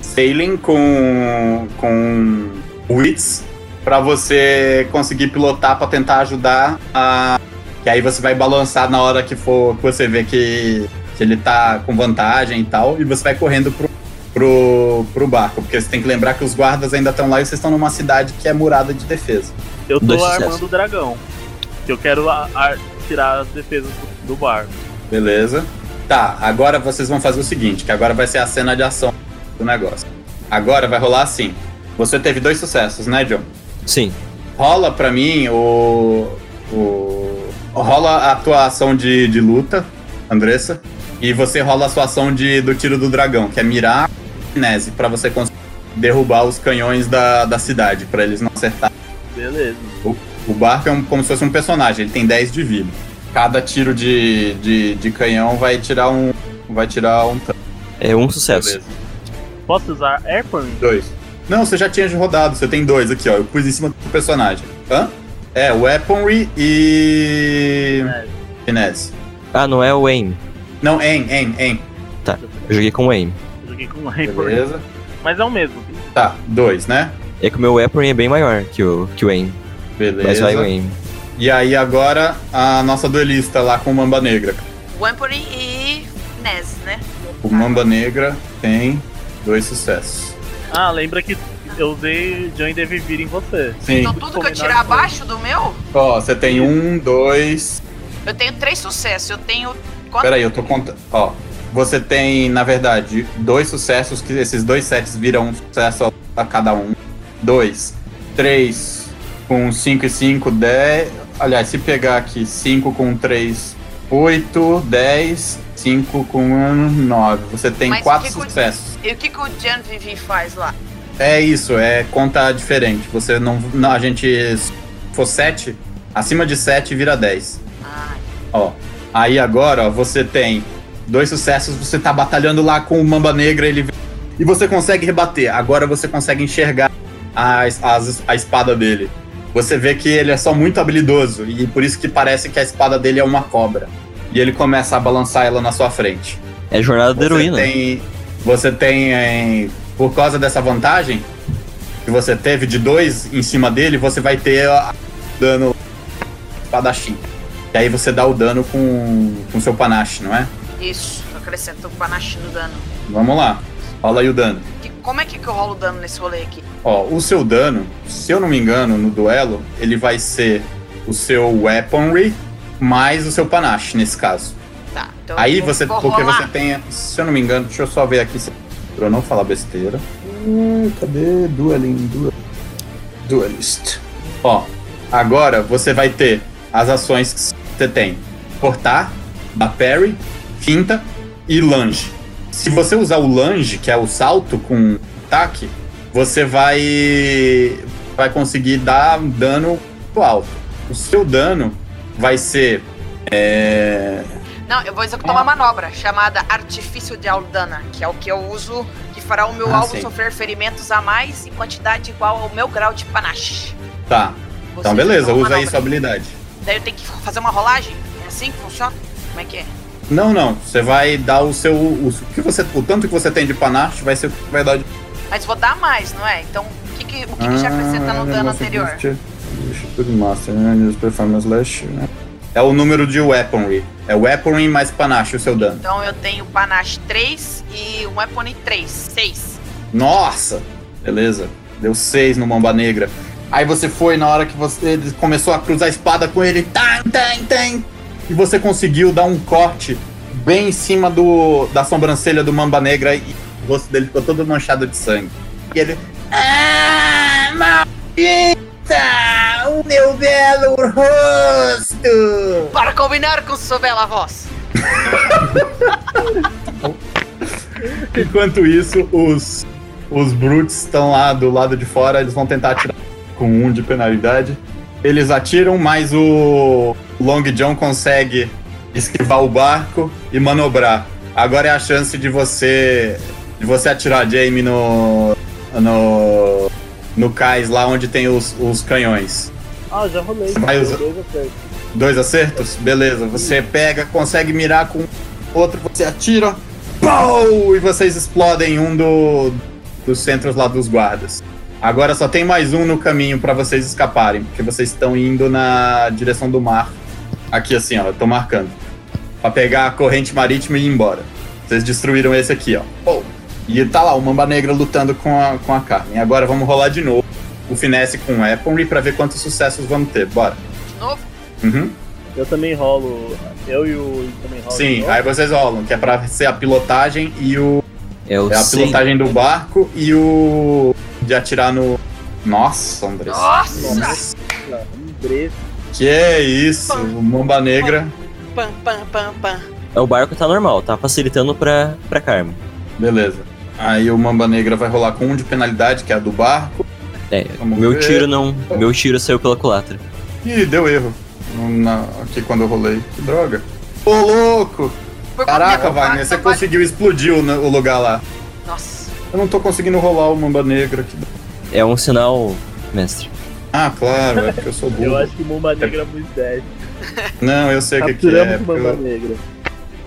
S3: sailing com, com wits pra você conseguir pilotar pra tentar ajudar a... Que aí você vai balançar na hora que for que você vê que, que ele tá com vantagem e tal, e você vai correndo pro, pro, pro barco. Porque você tem que lembrar que os guardas ainda estão lá e vocês estão numa cidade que é murada de defesa.
S4: Eu tô
S6: Dois sucessos.
S4: armando o dragão. Que eu quero a- a- tirar as defesas do, do bar.
S3: Beleza? Tá, agora vocês vão fazer o seguinte, que agora vai ser a cena de ação do negócio. Agora vai rolar assim. Você teve dois sucessos, né, John?
S6: Sim.
S3: Rola pra mim o. o rola a tua ação de, de luta, Andressa. E você rola a sua ação de, do tiro do dragão, que é mirar e nese, pra você conseguir derrubar os canhões da, da cidade, pra eles não acertar.
S4: Beleza.
S3: O barco é um- como se fosse um personagem, ele tem 10 de vida. Cada tiro de, de, de canhão vai tirar um. Vai tirar um tanto.
S6: É um sucesso.
S4: Posso usar Airpoint?
S3: Dois. Não, você já tinha rodado, você tem dois aqui, ó. Eu pus em cima do personagem. Hã? É, Weaponry e.
S4: É,
S3: Finesse.
S6: Ah, não é o aim. Tá,
S3: Não, aim, aim, aim.
S6: Eu joguei com o aim.
S4: Eu Joguei com Airpoint.
S3: Beleza.
S4: Mas é o mesmo.
S3: Tá, dois, né?
S6: É que o meu weapon é bem maior que o, que o aim. Mas vai o
S3: Beleza.
S6: aim.
S3: E aí agora a nossa duelista lá com o Mamba Negra.
S5: Wampury e Nez, né?
S3: O Mamba Negra tem dois sucessos.
S4: Ah, lembra que eu usei Join Deve Vir em você.
S3: Sim.
S5: Então tudo que eu
S4: Combinado
S5: tirar
S4: com-
S5: abaixo do meu,
S3: Ó, você tem um, dois.
S5: eu tenho três sucessos. Eu tenho. Quanto?
S3: Peraí, eu tô contando. Ó. Você tem, na verdade, dois sucessos, que esses dois sets viram um sucesso a cada um. Dois. Três com cinco e cinco, dez. Aliás, se pegar aqui, cinco com três, oito, dez. Cinco com um, nove. Você tem
S5: Mas
S3: quatro
S5: o que que o-
S3: sucessos.
S5: E o que, que o Jan Vivi faz lá?
S3: É isso, é conta diferente. Você não, não- A gente. Se for sete, acima de sete vira dez.
S5: Ah,
S3: Ó, aí agora, ó, você tem dois sucessos, você tá batalhando lá com o Mamba Negra, ele vem- e você consegue rebater. Agora você consegue enxergar a, es- as- a espada dele. Você vê que ele é só muito habilidoso, e por isso que parece que a espada dele é uma cobra. E ele começa a balançar ela na sua frente.
S6: É jornada da
S3: Você
S6: heroína.
S3: tem, você tem em, por causa dessa vantagem que você teve de dois em cima dele, você vai ter a- dano espadachim. E aí você dá o dano com com seu panache, não é?
S5: Isso, eu acrescento o panache do dano.
S3: Vamos lá. Rola aí o dano.
S5: Que, como é que, que eu rolo o dano nesse rolê aqui?
S3: Ó, o seu dano, se eu não me engano, no duelo, ele vai ser o seu weaponry mais o seu panache, nesse caso.
S5: Tá, então
S3: Aí
S5: eu vou-
S3: você,
S5: vou
S3: porque
S5: rolar.
S3: você tem, se eu não me engano, deixa eu só ver aqui se- pra eu não falar besteira. Hum, cadê dueling, duel, duelist? Ó, agora você vai ter as ações que você tem: cortar, dar parry, finta e lunge. Se você usar o lunge, que é o salto com ataque, você vai vai conseguir dar um dano muito alto. O seu dano vai ser é,
S5: Não, eu vou executar uma manobra chamada Artifício de Aldana, que é o que eu uso, que fará o meu
S3: Ah,
S5: alvo
S3: sei.
S5: sofrer ferimentos a mais em quantidade igual ao meu grau de panache.
S3: Tá,
S5: Você
S3: então beleza,
S5: executa
S3: usa
S5: uma
S3: aí
S5: manobra.
S3: sua habilidade.
S5: Daí eu tenho que fazer uma rolagem? É assim que funciona? Como é que é?
S3: Não, não, você vai dar o seu. O, o que você, o tanto que você tem de panache vai ser o que vai dar de.
S5: Mas vou dar mais, não é? Então, o que, que, o que, que
S3: Ah,
S5: já acrescenta no dano anterior?
S3: É o número de weaponry. É weaponry mais panache o seu dano.
S5: Então eu tenho panache 3 e um weapon 3, 6.
S3: Nossa! Beleza. Deu seis no Mamba Negra. Aí você foi na hora que você ele começou a cruzar a espada com ele. Tan, tan, tan, e você conseguiu dar um corte bem em cima do, da sobrancelha do Mamba Negra e o rosto dele ficou todo manchado de sangue. E ele. Ah, maldita! O meu belo rosto!
S5: Para combinar com sua bela voz.
S3: Enquanto isso, os, os Brutes estão lá do lado de fora, eles vão tentar atirar com um de penalidade. Eles atiram, mas o Long John consegue esquivar o barco e manobrar. Agora é a chance de você de você atirar Jamie no no no cais lá onde tem os, os canhões.
S4: Ah, já rolei.
S3: Vai usar-
S4: Deu dois acertos.
S3: Dois acertos? Beleza. Você pega, consegue mirar com outro, você atira. Pou! E vocês explodem um do, dos centros lá dos guardas. Agora só tem mais um no caminho pra vocês escaparem, porque vocês estão indo na direção do mar. Aqui assim, ó, eu tô marcando. Pra pegar a corrente marítima e ir embora. Vocês destruíram esse aqui, ó. Pou! E tá lá o Mamba Negra lutando com a, com a Carmen. Agora vamos rolar de novo o Finesse com o Eponry pra ver quantos sucessos vamos ter. Bora.
S5: De novo?
S3: Uhum.
S4: Eu também rolo. Eu e o Will também rolo.
S3: Sim, aí vocês rolam, que é pra ser a pilotagem e o.
S6: É o
S3: É a
S6: sim.
S3: pilotagem do barco e o. De atirar no. Nossa, Andrés.
S5: Nossa!
S4: Um brejo.
S3: Que é isso? O Mamba Negra.
S5: Pam, pam, pam, pam.
S6: O barco tá normal, tá facilitando pra, pra Carmen.
S3: Beleza. Aí o Mamba Negra vai rolar com um de penalidade, que é a do barco.
S6: É,
S3: Vamos
S6: meu
S3: ver.
S6: tiro não. Meu tiro saiu pela culatra.
S3: Ih, deu erro. Na- aqui quando eu rolei. Que droga. Ô, louco!
S5: Por
S3: Caraca,
S5: quanto tempo
S3: Wagner,
S5: passa,
S3: você
S5: Wagner?
S3: conseguiu explodir o, o lugar lá.
S5: Nossa.
S3: Eu não tô conseguindo rolar o Mamba Negra. Que... droga.
S6: É um sinal, mestre.
S3: Ah, claro, é porque eu sou burro.
S4: Eu acho que Mumba Negra é muito 10.
S3: Não, eu sei o que, que é.
S4: Capturamos o
S3: porque
S4: Mumba
S3: eu-
S4: Negra.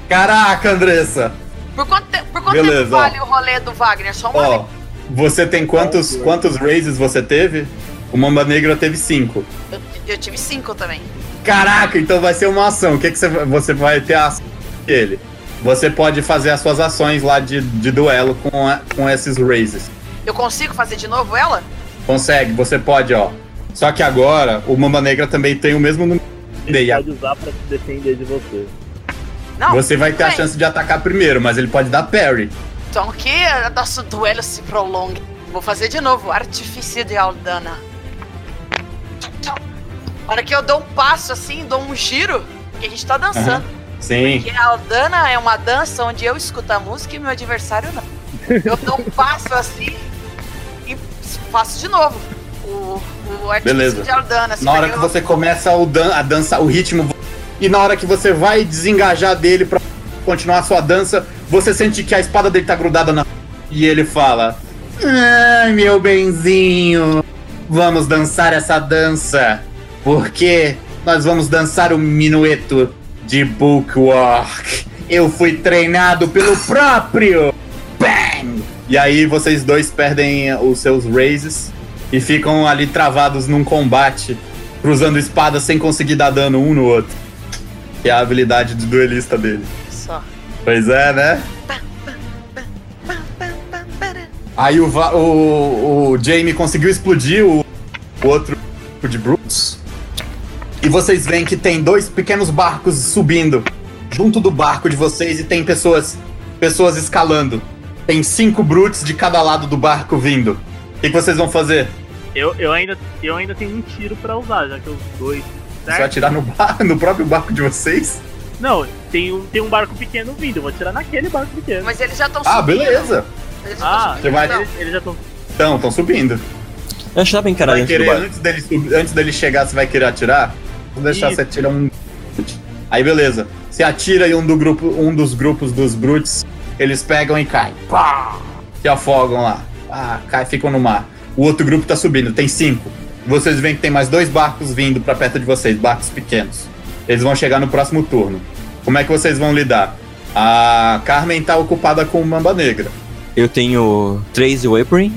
S3: Caraca, Andressa!
S5: Por quanto, te- por quanto
S3: Beleza,
S5: tempo vale o rolê do Wagner? Só uma
S3: Ó, você tem quantos, quantos raises você teve? O Mamba Negra teve cinco.
S5: vez? Eu tive cinco também.
S3: Caraca, então vai ser uma ação. O que, que você, vai- você vai ter a ação dele? Você pode fazer as suas ações lá de, de duelo com, a- com esses raises.
S5: Eu consigo fazer de novo ela?
S3: Consegue, você pode, ó. Só que agora o Mamba Negra também tem o mesmo número. E a-
S4: Pode usar pra se defender de você.
S5: Não.
S3: Você vai ter a
S5: Bem,
S3: chance de atacar primeiro, mas ele pode dar parry.
S5: Então que o nosso duelo se prolongue. Vou fazer de novo. Artifício de Aldana. Na hora que eu dou um passo assim, dou um giro, porque a gente tá dançando.
S3: Sim.
S5: Que a Aldana é uma dança onde eu escuto a música e meu adversário não. Eu dou um passo assim e faço de novo o, o artifício
S3: Beleza.
S5: de Aldana. assim,
S3: Na hora que
S5: superior.
S3: você começa o dan a dança, o ritmo, e na hora que você vai desengajar dele pra continuar a sua dança, você sente que a espada dele tá grudada na. E ele fala: Ai, meu benzinho, vamos dançar essa dança, porque nós vamos dançar o minueto de Bookwork. Eu fui treinado pelo próprio. Bang! fugindo. E aí vocês dois perdem os seus raises e ficam ali travados num combate, cruzando espadas sem conseguir dar dano um no outro. Que é a habilidade do duelista dele.
S5: Só.
S3: Pois é, né? Aí o, va- o, o Jamie conseguiu explodir o, o outro tipo de Brutus. E vocês veem que tem dois pequenos barcos subindo junto do barco de vocês e tem pessoas pessoas escalando. Tem cinco Brutus de cada lado do barco vindo. O que, que vocês vão fazer?
S4: Eu, eu, ainda, eu ainda tenho um tiro pra usar, já que os dois.
S3: Você vai atirar no, bar- no próprio barco de vocês?
S4: Não, tem um, tem um barco pequeno vindo, eu vou tirar naquele barco pequeno.
S5: Mas eles já estão
S3: Ah, beleza.
S5: Eles já tão
S4: Ah,
S5: subindo,
S3: você vai-
S5: não.
S4: eles, eles já estão.
S3: Então, estão subindo.
S6: Acho que dá pra encarar
S3: Vai
S6: dentro do
S3: querer,
S6: barco.
S3: antes dele, sub- antes dele chegar, você vai querer atirar? Vou deixar
S4: Isso.
S3: você tirar um. Aí beleza. Você atira e um, do grupo, um dos grupos dos Brutes, eles pegam e caem. Pá! Se afogam lá. Ah, cai, ficam no mar. O outro grupo tá subindo, tem cinco. Vocês veem que tem mais dois barcos vindo pra perto de vocês, barcos pequenos. Eles vão chegar no próximo turno. Como é que vocês vão lidar? A Carmen tá ocupada com o Mamba Negra.
S6: Eu tenho três de Weaponry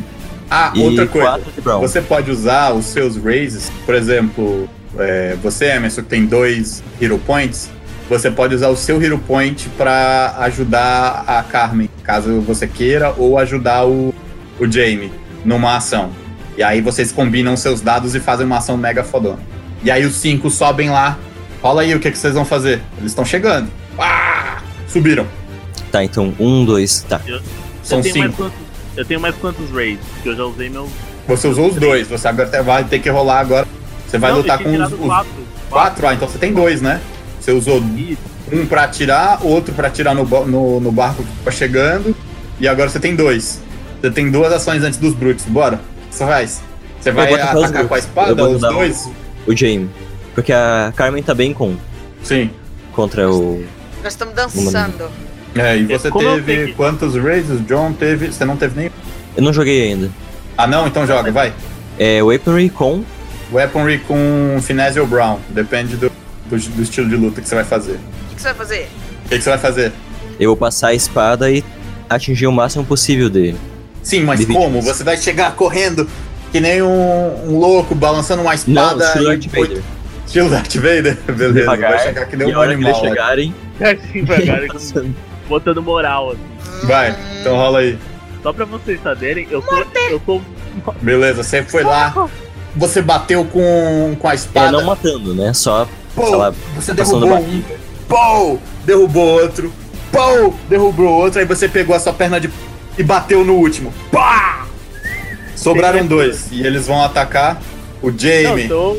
S3: Ah,
S6: e
S3: outra coisa.
S6: quatro de Brown.
S3: Você pode usar os seus raises, por exemplo, é, você, Emerson, que tem dois Hero Points, você pode usar o seu Hero Point pra ajudar a Carmen, caso você queira, ou ajudar o, o Jamie numa ação. E aí vocês combinam seus dados e fazem uma ação mega fodona. E aí os cinco sobem lá. Fala aí o que, que vocês vão fazer. Eles estão chegando. Ah! Subiram.
S6: Tá, então um, dois, tá.
S3: São
S4: eu tenho
S3: cinco.
S4: Mais quantos, eu tenho mais quantos raids? Porque eu já usei meu.
S3: Você usou os dois. Você agora te- vai ter que rolar agora. Você vai
S4: Não, eu
S3: lutar
S4: tinha
S3: com os,
S4: tirado
S3: os
S4: quatro.
S3: Quatro? Ah, então você tem dois, né? Você usou
S4: Isso.
S3: um pra atirar, outro pra atirar no, ba- no, no barco que tá chegando, e agora você tem dois. Você tem duas ações antes dos brutos, bora. O que você faz? Você vai
S6: vou atacar os
S3: atacar com a
S6: brutos. Eu
S3: espada,
S6: vou
S3: os
S6: dar um-
S3: dois?
S6: O Jamie. Porque a Carmen tá bem com,
S3: Sim.
S6: contra o.
S5: Nós estamos dançando.
S3: É, e você
S4: Como eu
S3: teve
S4: sei que-
S3: quantos raises? John teve. Você não teve nenhum?
S6: Eu não joguei ainda.
S3: Ah, não? Então joga, vai.
S6: É Weaponry com.
S3: Weaponry com Finesse ou Brown. Depende do, do, do estilo de luta que você vai fazer.
S5: O que, que você vai fazer?
S3: O que, que você vai fazer?
S6: Eu vou passar a espada e atingir o máximo possível dele.
S3: Sim, mas
S6: Dividir.
S3: como? Você vai chegar correndo que nem um, um louco balançando uma
S6: Não,
S3: espada.
S6: estilo
S3: e tipo,
S6: Darth Vader.
S3: Estilo Darth Vader? Beleza,
S6: Devagar,
S3: vai chegar que nem
S6: E a
S3: um
S6: hora que
S3: animal.
S6: eles chegarem.
S4: Assim, pra agora,
S6: passando.
S4: botando moral, assim.
S3: né? Vai, então rola aí.
S4: Só pra vocês saberem, eu sou. Eu sou.
S3: Beleza, você foi lá, você bateu com, com a
S6: É,
S3: espada.
S6: não matando, né? Só, sei
S3: Pou,
S6: lá,
S3: você
S6: passando
S3: derrubou um,
S6: barriga.
S3: pou, derrubou outro, pou, derrubou outro, aí você pegou a sua perna de e bateu no último. Pá! Sobraram dois, e eles vão atacar o
S4: Não,
S3: Jamie.
S4: então.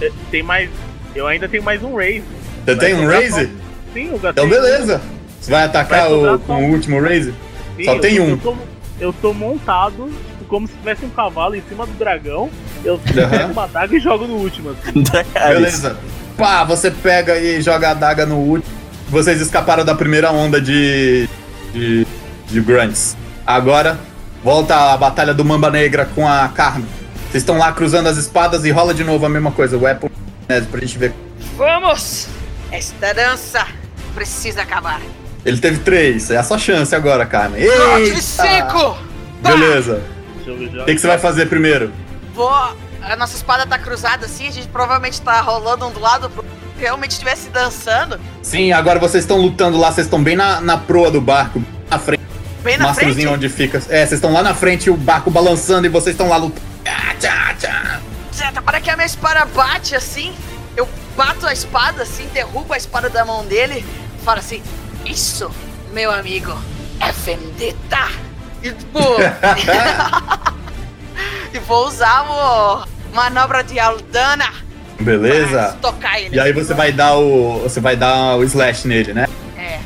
S4: eh, Tem mais. Eu ainda tenho mais um raise.
S3: Você tem um raise?
S4: Sim, eu gastei. um
S3: Então beleza. Você vai atacar
S4: Vai sobrar
S3: o,
S4: só
S3: com
S4: um.
S3: o último raise?
S4: Sim,
S3: Só
S4: eu
S3: tem
S4: tô-
S3: um.
S4: Eu tô, eu tô montado, tipo, como se tivesse um cavalo em cima do dragão. Eu pego uma daga e jogo no último, assim.
S6: É
S3: Beleza. Pá, você pega e joga a daga no último. Vocês escaparam da primeira onda de. de. de grunts. Agora, volta a batalha do Mamba Negra com a Carmen. Vocês estão lá cruzando as espadas e rola de novo a mesma coisa. O Apple né, pra gente ver.
S5: Vamos! Esta dança precisa acabar.
S3: Ele teve três, é a sua chance agora, Carmen.
S5: Ah, tive
S3: Eita!
S5: cinco! Pá!
S3: Beleza.
S4: Deixa eu ver já.
S3: O que, que você vai fazer primeiro?
S5: Vou. A nossa espada tá cruzada assim, a gente provavelmente tá rolando um do lado pro. Se realmente estivesse dançando,
S3: Sim, agora vocês estão lutando lá, vocês estão bem na, na proa do barco, na frente.
S5: bem na frente.
S3: Mastrezinho onde fica. É, vocês estão lá na frente, o barco balançando e vocês estão lá lutando. Ah, tchá, tchá.
S5: Certo, agora que a minha espada bate assim, eu bato a espada assim, derrubo a espada da mão dele, falo assim: Isso, meu amigo, é vendetta! E tipo. e vou usar o. Manobra de Aldana pra Ah,
S3: Beleza.
S5: tocar ele.
S3: E aí você vai dar o. Você vai dar o slash nele, né?
S5: É.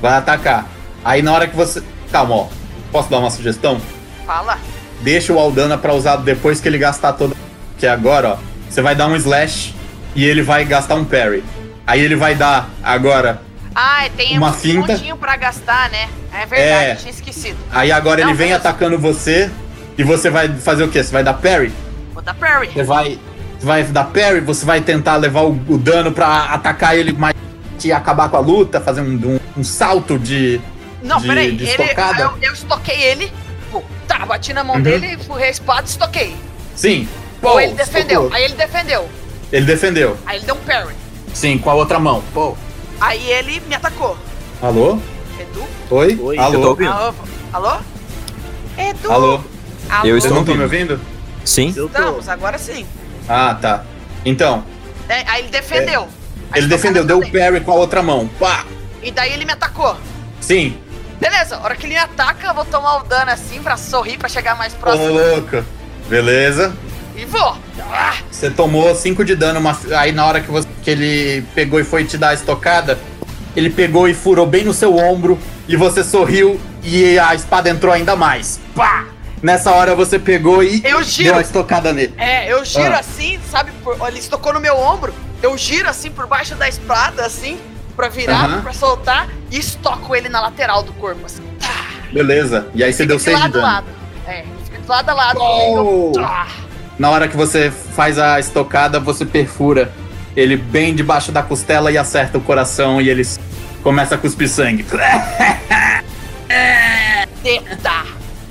S3: Vai atacar. Aí na hora que você. Calma, ó. Posso dar uma sugestão?
S5: Fala.
S3: Deixa o Aldana pra usar depois que ele gastar toda. Que é agora, ó. Você vai dar um slash e ele vai gastar um parry. Aí ele vai dar agora.
S5: Ah, tem
S3: Uma
S5: um
S3: finta.
S5: pontinho pra gastar, né? É verdade,
S3: É.
S5: tinha esquecido.
S3: Aí agora
S5: Não,
S3: ele vem
S5: beleza.
S3: atacando você. E você vai fazer o quê? Você vai dar parry?
S5: Vou dar parry.
S3: Você vai, vai dar parry, você vai tentar levar o, o dano pra atacar ele mais e acabar com a luta, fazer um, um- um salto de.
S5: Não,
S3: De-
S5: peraí.
S3: de
S5: ele-
S3: estocada.
S5: eu, eu estoquei ele. Pô, tá, bati na mão
S3: Uhum.
S5: dele, furrei a espada e estoquei.
S3: Sim.
S5: Pô,
S3: Pou,
S5: ele defendeu.
S3: socorro.
S5: Aí ele defendeu.
S3: Ele defendeu.
S5: Aí ele deu um parry.
S3: Sim, com a outra mão. Pou.
S5: Aí ele me atacou.
S3: Alô?
S5: Edu?
S3: Oi?
S4: Oi,
S6: eu tô
S3: Alô?
S6: ouvindo.
S5: Alô? Alô? Edu?
S3: Alô?
S5: Alô?
S6: Eu
S3: Vocês
S6: estou
S3: não estão me ouvindo?
S6: Sim?
S4: Eu tô.
S5: Estamos, agora sim.
S3: Ah, tá. Então,
S5: É, aí ele defendeu. Aí
S3: ele
S5: estocada
S3: defendeu, deu o
S5: também.
S3: parry com a outra mão. Pá!
S5: E daí ele me atacou.
S3: Sim.
S5: Beleza, a hora que ele me ataca, eu vou tomar o dano assim pra sorrir, pra chegar mais
S3: Ô,
S5: próximo.
S3: louco. Beleza.
S5: E vou. Ah,
S3: Você tomou 5 de dano, uma- aí na hora que, você- que ele pegou e foi te dar a estocada, ele pegou e furou bem no seu ombro, e você sorriu, e a espada entrou ainda mais. Pá! Nessa hora você pegou e
S5: Eu
S3: deu
S5: giro.
S3: a estocada nele.
S5: É, eu giro
S3: Ah.
S5: assim, sabe? por- ele estocou no meu ombro. Eu giro assim por baixo da espada, assim, pra virar,
S3: Aham.
S5: pra soltar. E estoco ele na lateral do corpo, assim. Tá.
S3: Beleza. E aí você deu
S5: Fica de
S3: 6 de
S5: lado a
S3: dano.
S5: lado. É, fica de lado a lado.
S3: Oh!
S5: Eu- Ah,
S3: Na hora que você faz a estocada, você perfura ele bem debaixo da costela e acerta o coração, e ele s- começa a cuspir sangue.
S5: Tá.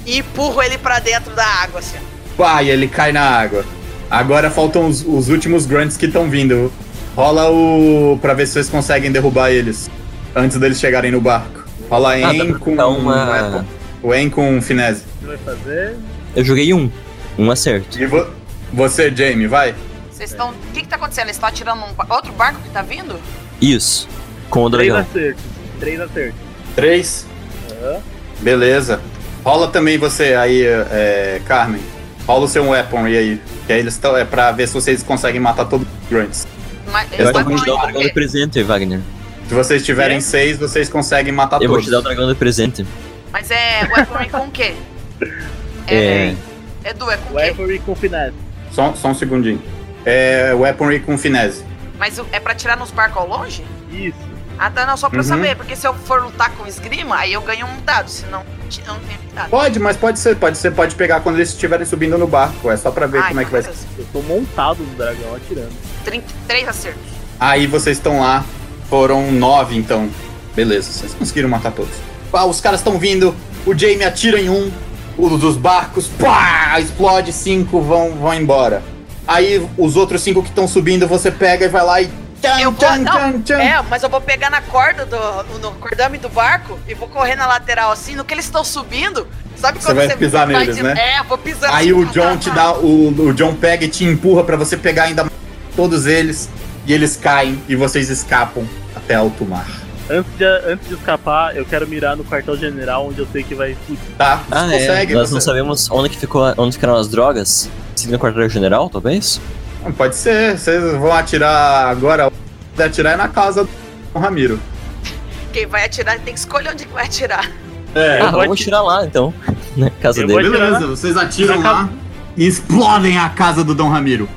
S5: E empurro ele pra dentro da água, assim.
S3: Pá, e ele cai na água. Agora faltam os, os últimos grunts que estão vindo. Rola o. pra ver se vocês conseguem derrubar eles. Antes deles chegarem no barco. Rola
S6: Ah, dá
S3: En
S6: pra
S3: com. um
S6: dar uma-
S3: O En com finesse.
S4: O que vai fazer?
S6: Eu joguei um. Um acerto.
S3: E vo- você, Jamie, vai.
S5: Vocês
S3: É.
S5: estão. O que que tá acontecendo? Eles estão atirando um ba- outro barco que tá vindo?
S6: Isso. Com o
S4: Três
S6: dragão.
S4: acertos. Três acertos.
S3: Três.
S4: Aham.
S3: Beleza. Rola também você aí, é, Carmen. Rola o seu weapon e aí. Que aí eles estão. É pra ver se vocês conseguem matar todos os grunts.
S5: Mas
S6: Eu acho que eu vou
S5: matam
S6: te
S3: um
S5: ele
S6: dar o
S5: por
S6: dragão
S5: quê?
S6: de presente, Wagner.
S3: Se vocês tiverem
S4: É.
S3: seis, vocês conseguem matar
S6: Eu vou
S3: Tá todos.
S6: te dar o dragão de presente.
S5: Mas é weaponry com o quê?
S6: É.
S5: Edu, é com o quê?
S4: Weaponry com finesse.
S3: Só, só um segundinho. É weaponry com finesse.
S5: Mas o- é pra tirar nos barcos ao longe?
S4: Isso.
S5: Ah, tá, não, só pra eu
S3: Uhum.
S5: saber, porque se eu for lutar com esgrima, aí eu ganho um dado, senão eu não tenho dado.
S3: Pode, mas pode ser, pode ser, pode pegar quando eles estiverem subindo no barco. É só pra ver
S5: Ah,
S3: como é que
S5: então
S3: vai ser.
S5: beleza.
S4: Eu tô montado no dragão atirando.
S5: 33 acertos.
S3: Aí vocês estão lá. Foram nove, então. Beleza, vocês conseguiram matar todos. Pá, os caras estão vindo. O Jamie atira em um. O dos barcos. Pá! Explode. Cinco vão, vão embora. Aí os outros cinco que estão subindo, você pega e vai lá e. Tchan,
S5: Eu vou-
S3: tchan,
S5: não,
S3: tchan, tchan.
S5: É, mas eu vou pegar na corda do. no cordame do barco e vou correr na lateral assim, no que eles estão subindo. Sabe
S3: Você
S5: quando
S3: vai
S5: você
S3: pisar
S5: vai
S3: neles,
S5: de-
S3: né?
S5: É, eu vou pisando
S3: Aí
S5: assim,
S3: o
S5: tá,
S3: John
S5: tá,
S3: te
S5: tá.
S3: dá, o, o John pega e te empurra pra você pegar ainda mais todos eles. E eles caem e vocês escapam até alto mar.
S4: Antes de, antes de escapar, eu quero mirar no quartel general onde eu sei que vai explodir.
S3: Tá? Você
S6: Ah,
S3: consegue?
S6: é. Nós
S3: você-
S6: não sabemos onde que ficou, onde ficaram as drogas. Se no quartel general, talvez?
S3: Não, Ah, Pode ser, vocês vão atirar agora. Se atirar é na casa do Ramiro.
S5: Quem vai atirar tem que escolher onde que vai atirar.
S3: É,
S6: ah,
S4: vou
S6: vamos
S4: ati-
S6: tirar lá então. Na casa
S4: Eu vou
S6: dele.
S4: atirar. Beleza,
S3: vocês
S4: atiram Na lá
S3: e explodem a casa do Dom Ramiro.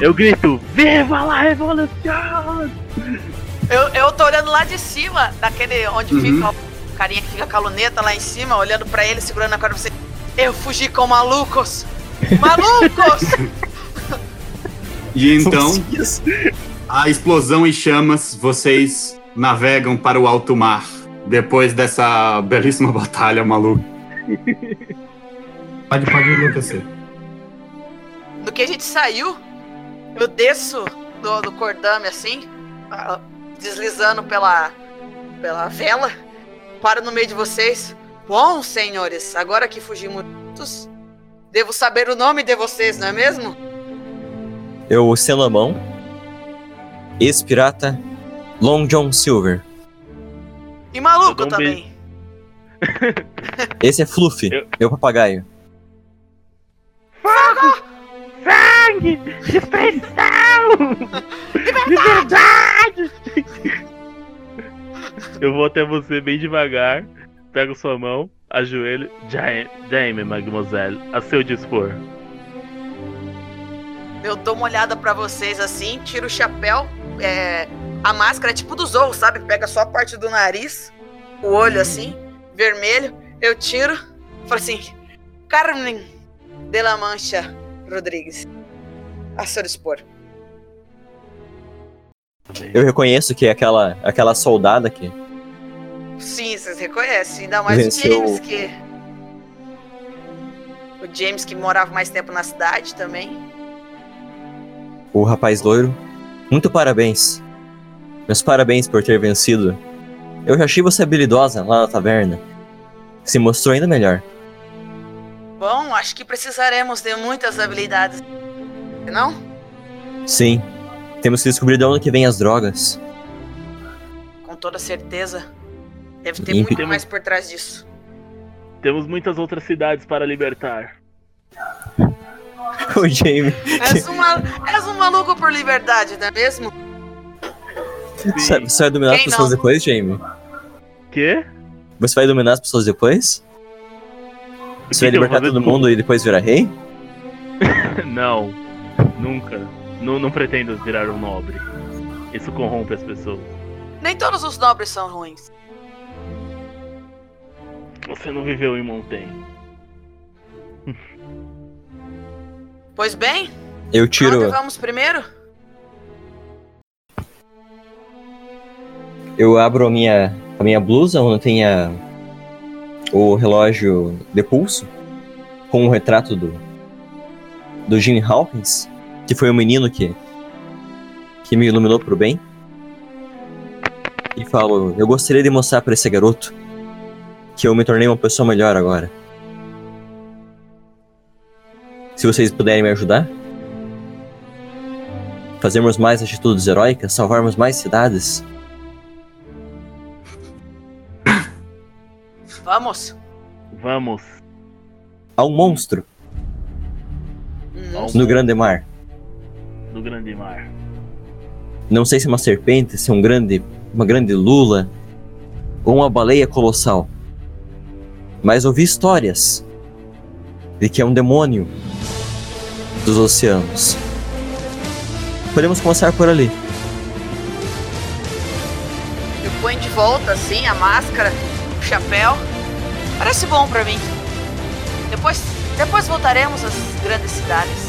S4: Eu grito: Viva la revolução!
S5: Eu, eu tô olhando lá de cima, daquele onde
S3: Uhum.
S5: fica o carinha que fica com a luneta lá em cima, olhando pra ele, segurando a corda pra você. Eu fugi com malucos! Malucos!
S3: E então, a explosão e chamas, vocês navegam para o alto mar. Depois dessa belíssima batalha maluca. Pode, pode enlouquecer.
S5: no que a gente saiu, eu desço do, do cordame assim, ah, deslizando pela, pela vela, paro no meio de vocês. Bom, senhores, agora que fugimos juntos, devo saber o nome de vocês, não é mesmo?
S6: Eu estendo a mão. Ex-pirata Long John Silver.
S5: E
S4: Eu dou
S5: maluco
S4: um
S5: também.
S6: Esse é Fluffy,
S4: Eu-
S6: meu papagaio.
S4: Sangue! Destruição! Liberdade! Eu vou até você bem devagar, pego sua mão, ajoelho. é, "Ja- Jaime, mademoiselle, a seu dispor.
S5: Eu dou uma olhada pra vocês assim, tiro o chapéu, é, a máscara é tipo do Zorro, sabe? Pega só a parte do nariz, o olho assim, vermelho. Eu tiro, falo assim: Carmen de la Mancha Rodrigues. A seu dispor.
S6: Eu reconheço que é aquela, aquela soldada que
S5: Sim, vocês reconhecem. Ainda mais o
S6: Venceu.
S5: James, que. O James, que morava mais tempo na cidade também.
S6: O rapaz loiro, muito parabéns. Meus parabéns por ter vencido. Eu já achei você habilidosa lá na taverna. Se mostrou ainda melhor.
S5: Bom, acho que precisaremos de muitas habilidades. Não?
S6: Sim, temos que descobrir de onde que vem as drogas.
S5: Com toda certeza. Deve ter
S6: Sim.
S5: muito mais por trás disso.
S4: Temos muitas outras cidades para libertar.
S6: o Jamie
S5: És um, ma- és um maluco por liberdade, não é mesmo?
S6: Sa- Você vai dominar as
S5: Quem
S6: pessoas
S5: não?
S6: depois, Jamie?
S4: Quê?
S6: Você vai dominar as pessoas depois? Você vai
S4: que eu vou
S6: libertar
S4: fazer
S6: todo
S4: tudo?
S6: é mundo e depois virar rei?
S4: Não, nunca. Não, não pretendo virar um nobre. Isso corrompe as pessoas.
S5: Nem todos os nobres são ruins.
S4: Você não viveu em Montanha.
S5: Pois bem, pra
S6: Eu
S5: onde
S6: tiro.
S5: vamos primeiro?
S6: Eu abro a minha, a minha blusa onde tem a, o relógio de pulso com o retrato do do Jimmy Hawkins, que foi o menino que que me iluminou pro bem. E falo, eu gostaria de mostrar pra esse garoto que eu me tornei uma pessoa melhor agora. Se vocês puderem me ajudar, fazermos mais atitudes heróicas, salvarmos mais cidades,
S5: Vamos.
S4: Vamos.
S6: há um monstro
S5: Hum,
S4: Vamos
S6: no grande mar.
S4: do grande mar.
S6: Não sei se é uma serpente, se é um grande, uma grande lula ou uma baleia colossal. Mas ouvi histórias de que é um demônio dos oceanos. Podemos começar por ali.
S5: Eu ponho de volta, assim, a máscara, o chapéu. Parece bom pra mim. Depois, depois voltaremos às grandes cidades.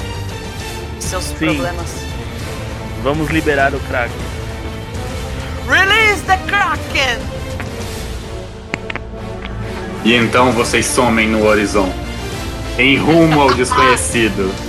S5: e Seus problemas.
S4: Vamos liberar o Kraken.
S5: Release the Kraken!
S7: E então vocês somem no horizonte, em rumo ao desconhecido.